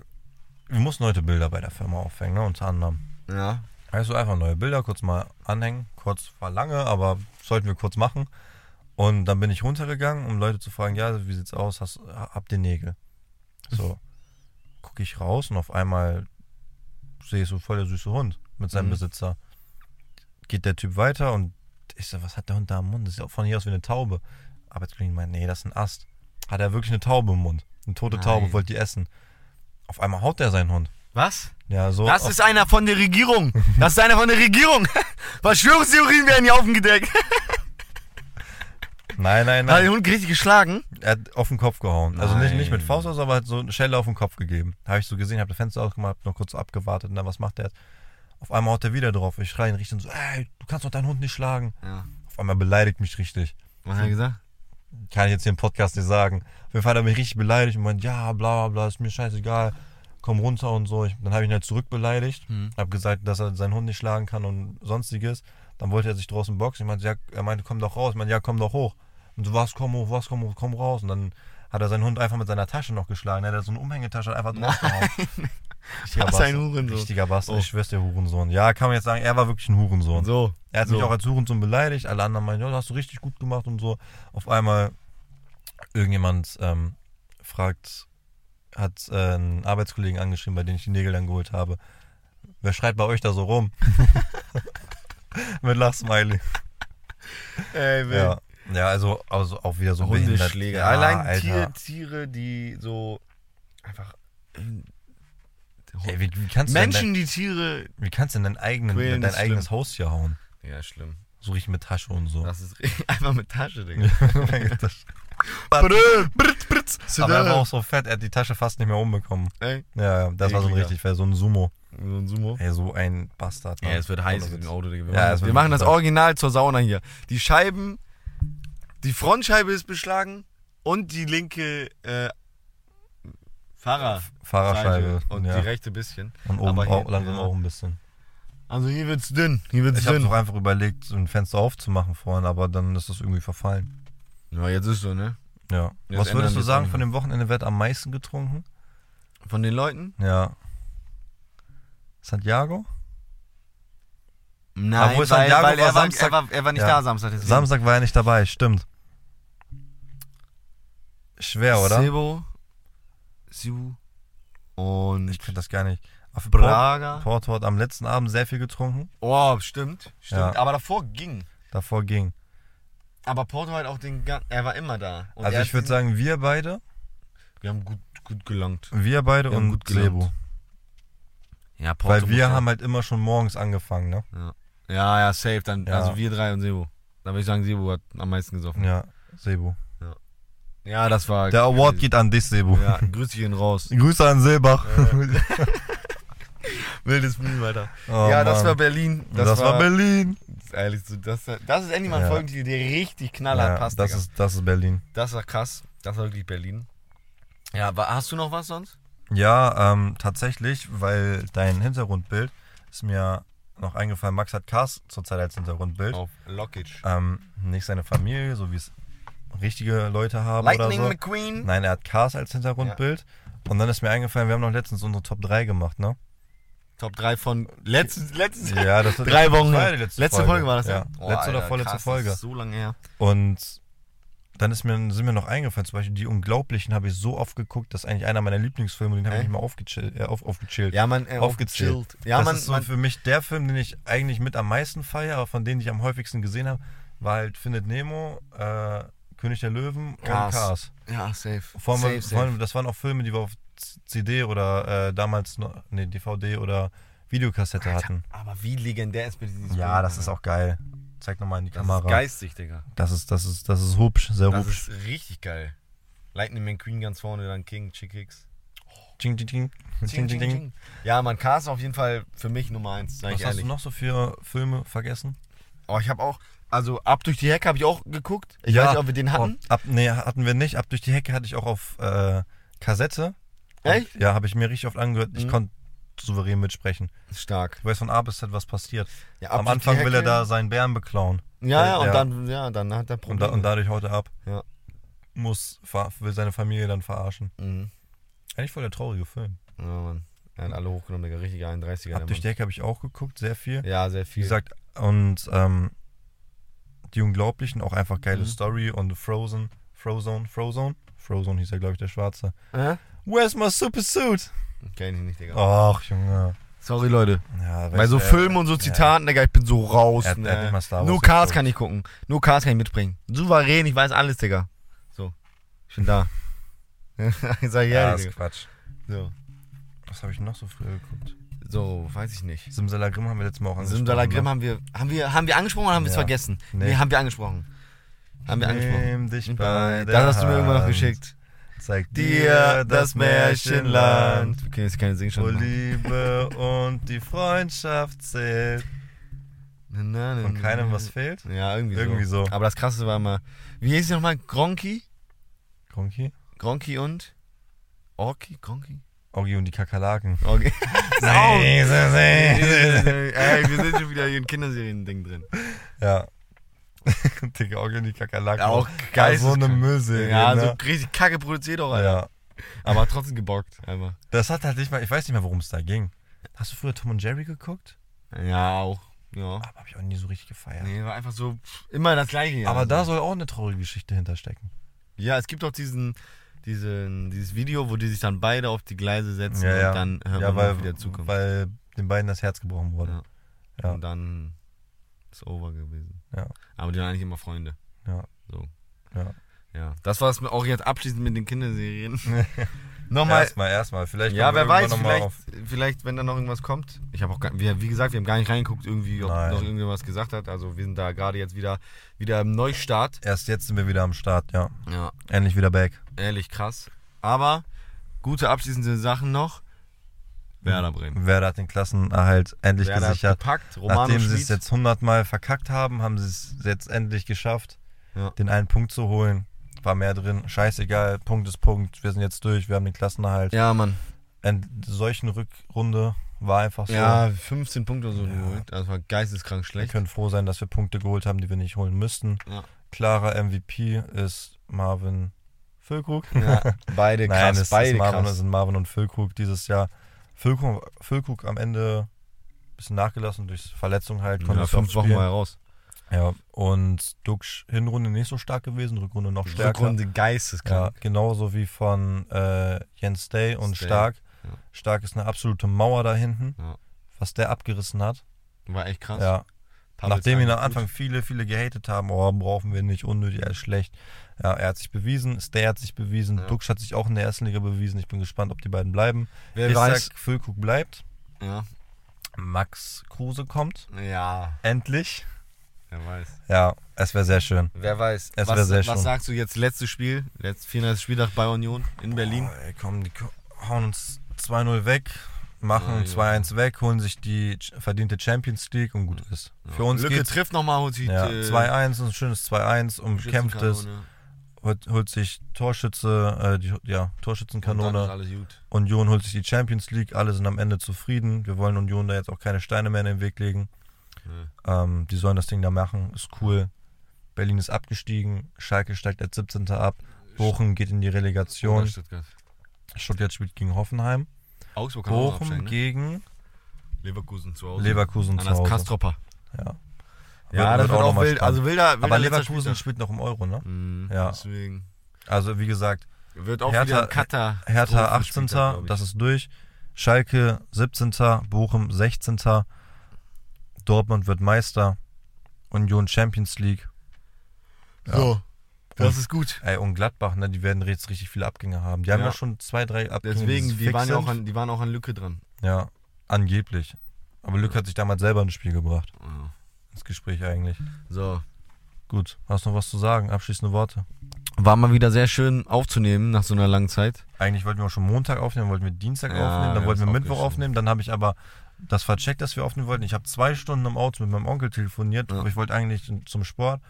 Speaker 1: wir mussten heute Bilder bei der Firma aufhängen, ne? unter anderem.
Speaker 2: Ja.
Speaker 1: Weißt du, einfach neue Bilder kurz mal anhängen. Kurz war lange, aber sollten wir kurz machen. Und dann bin ich runtergegangen, um Leute zu fragen, ja, wie sieht's aus? Hast, habt ihr Nägel? So. Gucke ich raus und auf einmal sehe ich so voll der süße Hund mit seinem
Speaker 2: Mhm.
Speaker 1: Besitzer. Geht der Typ weiter und ich so, was hat der Hund da im Mund? Das sieht auch von hier aus wie eine Taube. Arbeitskollegen meint, nee, das ist ein Ast. Hat er wirklich eine Taube im Mund? Eine tote
Speaker 2: Nein.
Speaker 1: Taube, wollte die essen. Auf einmal haut der seinen Hund.
Speaker 2: Was?
Speaker 1: Ja, so.
Speaker 2: Das
Speaker 1: auf,
Speaker 2: ist einer von der Regierung. Das ist einer von der Regierung. Verschwörungstheorien werden hier aufgedeckt.
Speaker 1: nein, nein,
Speaker 2: Hat
Speaker 1: nein.
Speaker 2: den Hund richtig geschlagen?
Speaker 1: Er hat auf den Kopf gehauen. Also nicht,
Speaker 2: Nein.
Speaker 1: nicht mit Faust aus, aber hat so eine Schelle auf den Kopf gegeben. Habe ich so gesehen, habe das Fenster aufgemacht, hab noch kurz abgewartet und dann, was macht der jetzt? Auf einmal haut er wieder drauf. Ich schreie in Richtung so, ey, du kannst doch deinen Hund nicht schlagen.
Speaker 2: Ja.
Speaker 1: Auf einmal beleidigt mich richtig.
Speaker 2: Was hat er gesagt?
Speaker 1: Kann ich jetzt hier im Podcast nicht sagen. Auf jeden Fall hat er mich richtig beleidigt und meint, ja, bla bla bla, ist mir scheißegal, komm runter und so. Ich, dann habe ich ihn halt zurück beleidigt,
Speaker 2: Mhm.
Speaker 1: habe gesagt, dass er seinen Hund nicht schlagen kann und sonstiges. Dann wollte er sich draußen boxen. Ich meinte, ja, er meinte, komm doch raus. Ich meinte, ja, komm doch hoch. Und so, was, komm hoch, was, komm hoch, komm raus. Und dann hat er seinen Hund einfach mit seiner Tasche noch geschlagen. Er hat so eine Umhängetasche einfach draufgehauen. Richtiger
Speaker 2: Was ein
Speaker 1: Bastard.
Speaker 2: Hurensohn.
Speaker 1: Richtiger Bastard,
Speaker 2: Oh.
Speaker 1: ich schwör's dir, Hurensohn. Ja, kann man jetzt sagen, er war wirklich ein Hurensohn.
Speaker 2: So.
Speaker 1: Er hat
Speaker 2: so.
Speaker 1: mich auch als Hurensohn beleidigt. Alle anderen meinen, ja, das hast du richtig gut gemacht und so. Auf einmal irgendjemand ähm, fragt, hat äh, einen Arbeitskollegen angeschrieben, bei dem ich die Nägel dann geholt habe. Wer schreit bei euch da so rum? Mit Lachsmiley.
Speaker 2: Ey, wild.
Speaker 1: Ja. Ja, also, also auch wieder so ein behindert-
Speaker 2: Hundeschläger.
Speaker 1: Ja,
Speaker 2: Allein
Speaker 1: Alter.
Speaker 2: Tier, Tiere, die so einfach.
Speaker 1: Ey, wie, wie kannst du
Speaker 2: Menschen, die Tiere.
Speaker 1: Denn, dein- wie kannst du denn dein, eigenen,
Speaker 2: Quälen
Speaker 1: dein
Speaker 2: ist
Speaker 1: eigenes Haustier hauen?
Speaker 2: Ja, schlimm.
Speaker 1: So richtig mit Tasche und so.
Speaker 2: Das ist richtig- einfach mit Tasche, Digga.
Speaker 1: Mein Gott, das-
Speaker 2: Brrr, britz, britz.
Speaker 1: Aber er war auch so fett, er hat die Tasche fast nicht mehr umbekommen.
Speaker 2: Ey,
Speaker 1: Ja, ja, das war so ein
Speaker 2: Ekliger.
Speaker 1: richtig fett, so ein Sumo.
Speaker 2: so ein Sumo.
Speaker 1: Ey, so ein Bastard.
Speaker 2: Ja,
Speaker 1: Mann.
Speaker 2: es wird heiß
Speaker 1: Ohne
Speaker 2: im
Speaker 1: Witz.
Speaker 2: Auto, Digga. Wir,
Speaker 1: Ja,
Speaker 2: machen,
Speaker 1: es wird
Speaker 2: wir machen das
Speaker 1: wirklich
Speaker 2: Original zur Sauna hier. Die Scheiben, die Frontscheibe ist beschlagen und die linke äh, Fahrerseite
Speaker 1: Fahrerscheibe.
Speaker 2: und
Speaker 1: ja.
Speaker 2: die rechte bisschen.
Speaker 1: und oben
Speaker 2: aber hier-
Speaker 1: auch, langsam
Speaker 2: ja.
Speaker 1: auch ein bisschen.
Speaker 2: Also hier wird's dünn, hier wird's
Speaker 1: Ich habe
Speaker 2: dünn.
Speaker 1: doch einfach überlegt, so ein Fenster aufzumachen vorhin, aber dann ist das irgendwie verfallen.
Speaker 2: Ja, jetzt ist so, ne?
Speaker 1: Ja.
Speaker 2: Jetzt
Speaker 1: Was würdest
Speaker 2: ändern
Speaker 1: du
Speaker 2: wir's auch
Speaker 1: sagen,
Speaker 2: nicht
Speaker 1: von dem Wochenende wird am meisten getrunken?
Speaker 2: Von den Leuten?
Speaker 1: Ja. Santiago?
Speaker 2: Nein,
Speaker 1: Obwohl
Speaker 2: weil,
Speaker 1: Santiago
Speaker 2: weil
Speaker 1: war
Speaker 2: er, war,
Speaker 1: Samstag-
Speaker 2: er, war, er war nicht
Speaker 1: Ja.
Speaker 2: da Samstag. Deswegen.
Speaker 1: Samstag war er nicht dabei, stimmt. Schwer, oder?
Speaker 2: Sebo, Siu und
Speaker 1: Ich könnte das gar nicht. Auf Porto,
Speaker 2: Braga.
Speaker 1: Porto hat am letzten Abend sehr viel getrunken.
Speaker 2: Oh, stimmt, stimmt.
Speaker 1: Ja.
Speaker 2: Aber davor ging.
Speaker 1: Davor ging.
Speaker 2: Aber Porto hat auch den Gang, er war immer da. Und
Speaker 1: also
Speaker 2: er
Speaker 1: ich
Speaker 2: hat
Speaker 1: würde
Speaker 2: diesen-
Speaker 1: sagen, wir beide,
Speaker 2: Wir haben gut, gut gelangt.
Speaker 1: wir beide
Speaker 2: Wir haben
Speaker 1: und
Speaker 2: gut gelernt.
Speaker 1: Sebo.
Speaker 2: Ja, Porto
Speaker 1: Weil wir haben halt immer schon morgens angefangen, ne?
Speaker 2: Ja, ja, safe. Dann,
Speaker 1: Ja.
Speaker 2: Also wir drei und Sebo. Da würde ich sagen, Sebo hat am meisten gesoffen.
Speaker 1: Ja, Sebo.
Speaker 2: Ja, das war.
Speaker 1: Der Award geht an dich, Sebo.
Speaker 2: Ja, grüß dich ihn raus.
Speaker 1: Grüße an Silbach.
Speaker 2: Wildes Mühl, Alter.
Speaker 1: Oh,
Speaker 2: ja, das
Speaker 1: Mann.
Speaker 2: war Berlin.
Speaker 1: das, war, Berlin.
Speaker 2: Ehrlich, so, das, das ist endlich mal ein
Speaker 1: Ja.
Speaker 2: Folgentitel, der richtig knallhart
Speaker 1: Ja,
Speaker 2: passt.
Speaker 1: das,
Speaker 2: Digga.
Speaker 1: ist, das ist Berlin.
Speaker 2: das war krass. Das war wirklich Berlin. Ja, aber hast du noch was sonst?
Speaker 1: Ja, ähm, tatsächlich, weil dein Hintergrundbild ist mir noch eingefallen. Max hat Cars zurzeit als Hintergrundbild.
Speaker 2: Auf Lockage.
Speaker 1: Ähm, nicht seine Familie, so wie es richtige Leute haben
Speaker 2: Lightning
Speaker 1: oder so.
Speaker 2: McQueen.
Speaker 1: Nein, er hat Cars als Hintergrundbild. Und dann ist mir eingefallen, wir haben noch letztens unsere Top 3 gemacht, ne?
Speaker 2: Top 3 von letzten, letzten
Speaker 1: Ja, das
Speaker 2: drei
Speaker 1: das
Speaker 2: Wochen
Speaker 1: war
Speaker 2: her.
Speaker 1: die
Speaker 2: Letzte, Folge. war das,
Speaker 1: ja.
Speaker 2: ja? Oh,
Speaker 1: letzte oder
Speaker 2: Alter,
Speaker 1: vorletzte
Speaker 2: krass,
Speaker 1: Folge.
Speaker 2: Das ist so lange her.
Speaker 1: Und dann ist mir, sind mir noch eingefallen, zum Beispiel die Unglaublichen habe ich so oft geguckt, das ist eigentlich einer meiner Lieblingsfilme, den habe ich
Speaker 2: Echt?
Speaker 1: nicht mal aufgechillt. Äh, auf, aufgechillt.
Speaker 2: Ja, man, äh,
Speaker 1: Aufgezählt.
Speaker 2: aufgechillt. Ja,
Speaker 1: das
Speaker 2: man,
Speaker 1: ist so
Speaker 2: man,
Speaker 1: für mich der Film, den ich eigentlich mit am meisten feiere, aber von denen ich am häufigsten gesehen habe, war halt Findet Nemo, äh, König der Löwen
Speaker 2: Cars.
Speaker 1: und Cars.
Speaker 2: ja, safe.
Speaker 1: Vor allem,
Speaker 2: safe,
Speaker 1: Vor
Speaker 2: safe.
Speaker 1: allem, das waren auch Filme, die wir auf Z- CD oder äh, damals noch, nee, DVD oder Videokassette hatten.
Speaker 2: Aber wie legendär ist bitte dieses
Speaker 1: Ja,
Speaker 2: Bild,
Speaker 1: das ist
Speaker 2: Alter.
Speaker 1: auch geil. Zeig nochmal in die
Speaker 2: das
Speaker 1: Kamera.
Speaker 2: Ist geistig, Digga.
Speaker 1: Das ist, das ist, das ist hübsch, sehr
Speaker 2: Das
Speaker 1: hübsch.
Speaker 2: ist richtig geil. Lightning McQueen ganz vorne, dann King, Chick Hicks.
Speaker 1: Ding, ding, ding. Ding, ding, ding.
Speaker 2: Ja, man, Cars ist auf jeden Fall für mich Nummer eins, sag
Speaker 1: Was
Speaker 2: ich
Speaker 1: hast du
Speaker 2: ehrlich.
Speaker 1: noch so für Filme vergessen?
Speaker 2: Oh, ich habe auch, also ab durch die Hecke habe ich auch geguckt. Ich
Speaker 1: Ja.
Speaker 2: weiß nicht, ob wir den hatten.
Speaker 1: Oh, Ab, nee, hatten wir nicht. Ab durch die Hecke hatte ich auch auf äh, Kassette. Hab-
Speaker 2: Echt?
Speaker 1: Ja, habe ich mir richtig oft angehört. Ich
Speaker 2: Mhm.
Speaker 1: konnte souverän mitsprechen.
Speaker 2: Stark.
Speaker 1: Ich weiß von A bis Z, was passiert.
Speaker 2: Ja, ab
Speaker 1: Oh. Am
Speaker 2: durch die
Speaker 1: Anfang will er
Speaker 2: Hecke.
Speaker 1: da seinen Bären beklauen.
Speaker 2: Ja, ja, und
Speaker 1: Ja.
Speaker 2: dann, ja, dann hat er
Speaker 1: Und,
Speaker 2: Probleme.
Speaker 1: da, und dadurch haut er ab.
Speaker 2: Mhm. Ja.
Speaker 1: Muss, ver- will seine Familie dann verarschen.
Speaker 2: Mhm.
Speaker 1: Eigentlich voll der traurige Film.
Speaker 2: Ja, Mann. Er hat alle hochgenommen, Digga. Richtiger 31er.
Speaker 1: Ab
Speaker 2: der
Speaker 1: durch
Speaker 2: Mann.
Speaker 1: die Hecke habe ich auch geguckt, sehr viel.
Speaker 2: ja, sehr
Speaker 1: Wie
Speaker 2: viel.
Speaker 1: gesagt, und ähm, die Unglaublichen, auch einfach geile
Speaker 2: Mhm.
Speaker 1: Story und Frozen, Frozone, Frozone, Frozone hieß ja, glaube ich, der Schwarze.
Speaker 2: Hä?
Speaker 1: Where's my super suit?
Speaker 2: Kenn ich nicht, Digga.
Speaker 1: Ach, Junge.
Speaker 2: Sorry, Leute.
Speaker 1: Ja,
Speaker 2: Bei
Speaker 1: weißt
Speaker 2: so
Speaker 1: du, er-
Speaker 2: Filmen und so Zitaten, Digga, ich bin so raus. ne?
Speaker 1: Er hat- er hat nicht mal Star Wars
Speaker 2: Nur Cars
Speaker 1: geguckt.
Speaker 2: kann ich gucken. Nur Cars kann ich mitbringen. Souverän, ich weiß alles, Digga. So. Ich bin da. ich sag
Speaker 1: Ja,
Speaker 2: ja,
Speaker 1: das ist
Speaker 2: Digga.
Speaker 1: Quatsch.
Speaker 2: So.
Speaker 1: Was habe ich noch so früher geguckt?
Speaker 2: so, weiß ich nicht.
Speaker 1: Simsalagrim haben wir letztes Mal auch angesprochen.
Speaker 2: Simsalagrim
Speaker 1: ne?
Speaker 2: haben wir, haben wir, haben wir angesprochen oder haben wir es
Speaker 1: Ja.
Speaker 2: vergessen?
Speaker 1: ne? Nee.
Speaker 2: Nee. haben wir angesprochen. Haben wir angesprochen.
Speaker 1: Nimm dich bei
Speaker 2: Bei,
Speaker 1: der
Speaker 2: das hast du mir irgendwann noch
Speaker 1: Hand,
Speaker 2: geschickt.
Speaker 1: Zeig
Speaker 2: Dir das Märchenland. Wir können jetzt keine
Speaker 1: wo
Speaker 2: Singschule machen.
Speaker 1: Liebe und die Freundschaft zählt.
Speaker 2: Na, na, na,
Speaker 1: Und
Speaker 2: na,
Speaker 1: keinem
Speaker 2: na.
Speaker 1: was fehlt.
Speaker 2: Ja, irgendwie,
Speaker 1: Irgendwie so.
Speaker 2: so. Aber das Krasse war immer, wie hieß es nochmal? Gronki?
Speaker 1: Gronki?
Speaker 2: Gronki und? Orki? Gronki?
Speaker 1: Oggi und die Kakerlaken.
Speaker 2: Orki.
Speaker 1: Nee, nee, nee, nee.
Speaker 2: Ey, wir sind schon wieder hier in Kinderserien-Ding drin.
Speaker 1: Ja. Digga, Oggi und die Kakerlaken.
Speaker 2: Auch
Speaker 1: geil. So eine
Speaker 2: geisteskrank.
Speaker 1: Müllserie.
Speaker 2: Ja, so
Speaker 1: ne?
Speaker 2: richtig kacke produziert auch, Alter.
Speaker 1: ja.
Speaker 2: Aber hat trotzdem gebockt, einfach.
Speaker 1: Das hat halt nicht mal, ich weiß nicht mehr, worum es da ging. Hast du früher Tom und Jerry geguckt?
Speaker 2: Ja, auch. Ja.
Speaker 1: Aber habe ich auch nie so richtig gefeiert.
Speaker 2: Nee, war einfach so pff, immer das gleiche. ja.
Speaker 1: Aber
Speaker 2: Also,
Speaker 1: da soll auch eine traurige Geschichte hinterstecken.
Speaker 2: Ja, es gibt auch diesen, diesen, dieses Video, wo die sich dann beide auf die Gleise setzen und dann hören
Speaker 1: ja,
Speaker 2: wir
Speaker 1: weil,
Speaker 2: mal, wie der zukommt.
Speaker 1: weil den beiden das Herz gebrochen wurde.
Speaker 2: Ja.
Speaker 1: ja.
Speaker 2: Und dann ist over gewesen.
Speaker 1: Ja.
Speaker 2: Aber die waren eigentlich immer Freunde.
Speaker 1: Ja.
Speaker 2: So.
Speaker 1: Ja.
Speaker 2: Ja. Das war's auch jetzt abschließend mit den Kinderserien.
Speaker 1: Nochmal.
Speaker 2: Nochmal.
Speaker 1: Erstmal, erstmal. Vielleicht
Speaker 2: Ja,
Speaker 1: kommen wir
Speaker 2: wer weiß,
Speaker 1: irgendwann noch mal
Speaker 2: vielleicht,
Speaker 1: auf-
Speaker 2: vielleicht, wenn da noch irgendwas kommt. Ich habe auch, gar, wir, wie gesagt, wir haben gar nicht reingeguckt, irgendwie, ob
Speaker 1: Nein.
Speaker 2: noch irgendwas gesagt hat. Also wir sind da gerade jetzt wieder, wieder im Neustart.
Speaker 1: Erst jetzt sind wir wieder am Start, ja.
Speaker 2: Ja,
Speaker 1: Endlich wieder back.
Speaker 2: ehrlich krass. Aber gute abschließende Sachen noch. Werder Bremen.
Speaker 1: Werder hat den Klassenerhalt endlich
Speaker 2: Werder hat
Speaker 1: gesichert.
Speaker 2: gepackt, Romano
Speaker 1: Nachdem sie es
Speaker 2: Schmid.
Speaker 1: jetzt 100 Mal verkackt haben, haben sie es jetzt endlich geschafft,
Speaker 2: Ja.
Speaker 1: den einen Punkt zu holen. War mehr drin. Scheißegal, Punkt ist Punkt. Wir sind jetzt durch, wir haben den Klassenerhalt.
Speaker 2: Ja, Mann.
Speaker 1: End solchen Rückrunde war einfach so.
Speaker 2: Ja, 15 Punkte oder so
Speaker 1: Ja.
Speaker 2: geholt. Das war geisteskrank
Speaker 1: wir
Speaker 2: schlecht.
Speaker 1: können froh sein, dass wir Punkte geholt haben, die wir nicht holen müssten.
Speaker 2: Ja.
Speaker 1: Klarer MVP ist Marvin Füllkrug.
Speaker 2: Ja, beide
Speaker 1: Nein,
Speaker 2: krass,
Speaker 1: es ist
Speaker 2: beide
Speaker 1: Marvin, es
Speaker 2: krass.
Speaker 1: sind Marvin und Füllkrug dieses Jahr. Füllkrug, Füllkrug am Ende ein bisschen nachgelassen durch Verletzung halt. konnte
Speaker 2: Ja,
Speaker 1: nicht
Speaker 2: fünf
Speaker 1: oft
Speaker 2: Wochen
Speaker 1: spielen.
Speaker 2: mal raus.
Speaker 1: Ja, und Duxch Hinrunde nicht so stark gewesen, Rückrunde noch stärker.
Speaker 2: Rückrunde
Speaker 1: Ja,
Speaker 2: geisteskrank.
Speaker 1: genauso wie von äh, Jens Day und
Speaker 2: Stay,
Speaker 1: Stark.
Speaker 2: ja.
Speaker 1: Stark ist eine absolute Mauer da hinten,
Speaker 2: Ja.
Speaker 1: was der abgerissen hat.
Speaker 2: War echt krass.
Speaker 1: Ja,
Speaker 2: Pavel
Speaker 1: Nachdem ihn
Speaker 2: Zahn
Speaker 1: am
Speaker 2: gut.
Speaker 1: Anfang viele, viele gehatet haben, oh, brauchen wir nicht, unnötig, er ist schlecht. Ja, er hat sich bewiesen, Stay hat sich bewiesen,
Speaker 2: Ja.
Speaker 1: Dux hat sich auch in der ersten Liga bewiesen. Ich bin gespannt, ob die beiden bleiben.
Speaker 2: Wer
Speaker 1: ich
Speaker 2: weiß.
Speaker 1: sag, Füllkrug bleibt.
Speaker 2: Ja.
Speaker 1: Max Kruse kommt.
Speaker 2: ja,
Speaker 1: Endlich.
Speaker 2: wer weiß.
Speaker 1: Ja, es wäre sehr schön.
Speaker 2: Wer weiß.
Speaker 1: Es wär
Speaker 2: was,
Speaker 1: sehr schön.
Speaker 2: was sagst du jetzt? Letztes Spiel, letzt, 34. Spieltag bei Union in Berlin.
Speaker 1: Oh, ey, komm, die ko- hauen uns 2-0 weg, machen
Speaker 2: Ja, ja.
Speaker 1: 2-1 weg, holen sich die ch- verdiente Champions League und gut ist. Für uns
Speaker 2: Lücke
Speaker 1: geht's.
Speaker 2: trifft nochmal Hutti.
Speaker 1: Ja,
Speaker 2: äh,
Speaker 1: 2-1, ein schönes 2-1, umkämpftes.
Speaker 2: Schützenkanone.
Speaker 1: holt, holt sich Torschütze, äh, die, ja,
Speaker 2: Und dann ist
Speaker 1: Torschützenkanone.
Speaker 2: alles gut.
Speaker 1: Union holt sich die Champions League, alle sind am Ende zufrieden. Wir wollen Union da jetzt auch keine Steine mehr in den Weg legen.
Speaker 2: Ja.
Speaker 1: Ähm, die sollen das Ding da machen, ist cool. Berlin ist abgestiegen, Schalke steigt als 17. ab, Bochum geht in die
Speaker 2: Oder
Speaker 1: Relegation,
Speaker 2: Stuttgart.
Speaker 1: Stuttgart spielt gegen Hoffenheim,
Speaker 2: Augsburg kann auch noch
Speaker 1: Bochum
Speaker 2: absteigen, ne?
Speaker 1: gegen
Speaker 2: Leverkusen zu Hause.
Speaker 1: Leverkusen zu
Speaker 2: Anders
Speaker 1: Hause.
Speaker 2: Kastropper.
Speaker 1: Ja,
Speaker 2: Ja, das wird auch,
Speaker 1: nochmal
Speaker 2: wild.
Speaker 1: spannend.
Speaker 2: Also wilder, wilder
Speaker 1: Aber
Speaker 2: letzter
Speaker 1: Leverkusen
Speaker 2: Spieltag.
Speaker 1: spielt noch im Euro, ne?
Speaker 2: Mhm,
Speaker 1: Ja.
Speaker 2: Deswegen
Speaker 1: Also wie gesagt,
Speaker 2: wird auch
Speaker 1: Hertha-
Speaker 2: wieder ein Cutter.
Speaker 1: Hertha 18. Das ist durch. Schalke 17. Bochum 16. Dortmund wird Meister. Union Champions League. ja.
Speaker 2: So, das ist gut.
Speaker 1: Ey, und Gladbach, ne, die werden jetzt richtig viele Abgänge haben. Die haben ja,
Speaker 2: Ja.
Speaker 1: schon zwei, drei Abgänge.
Speaker 2: Deswegen, die
Speaker 1: fix
Speaker 2: waren, ja
Speaker 1: sind.
Speaker 2: auch an, die waren auch an Lücke dran.
Speaker 1: Ja, angeblich. Aber Lück hat sich damals selber ins Spiel gebracht.
Speaker 2: Ja.
Speaker 1: Ins Gespräch eigentlich.
Speaker 2: So.
Speaker 1: Gut, hast noch was zu sagen? Abschließende Worte.
Speaker 2: War mal wieder sehr schön aufzunehmen nach so einer langen Zeit.
Speaker 1: Eigentlich wollten wir auch schon Montag aufnehmen, wollten wir Dienstag
Speaker 2: Ja,
Speaker 1: aufnehmen, dann
Speaker 2: wir
Speaker 1: wollten wir
Speaker 2: haben's
Speaker 1: Mittwoch
Speaker 2: aufgeschoben.
Speaker 1: aufnehmen, dann habe ich aber das vercheckt, dass wir aufnehmen wollten. Ich habe zwei Stunden im Auto mit meinem Onkel telefoniert,
Speaker 2: Ja.
Speaker 1: aber ich wollte eigentlich zum Sport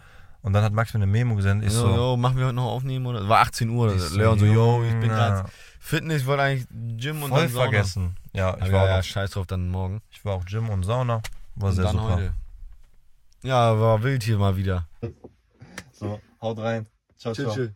Speaker 1: und dann hat Max mir eine Memo gesendet. Ich
Speaker 2: So,
Speaker 1: so,
Speaker 2: yo, machen wir heute noch aufnehmen oder? War 18 Uhr oder
Speaker 1: ich
Speaker 2: so. Leon so, yo, ich bin
Speaker 1: Junge,
Speaker 2: gerade Fitness, ich wollte eigentlich Gym und
Speaker 1: voll
Speaker 2: dann Sauna.
Speaker 1: vergessen. Ja, ich
Speaker 2: Aber
Speaker 1: war,
Speaker 2: ja, ja,
Speaker 1: Auch,
Speaker 2: scheiß drauf, dann morgen.
Speaker 1: ich war auch Gym und Sauna, war
Speaker 2: und
Speaker 1: sehr
Speaker 2: dann
Speaker 1: super.
Speaker 2: heute. Ja, war wild hier mal wieder.
Speaker 1: So, haut rein. Ciao,
Speaker 2: Tschüss.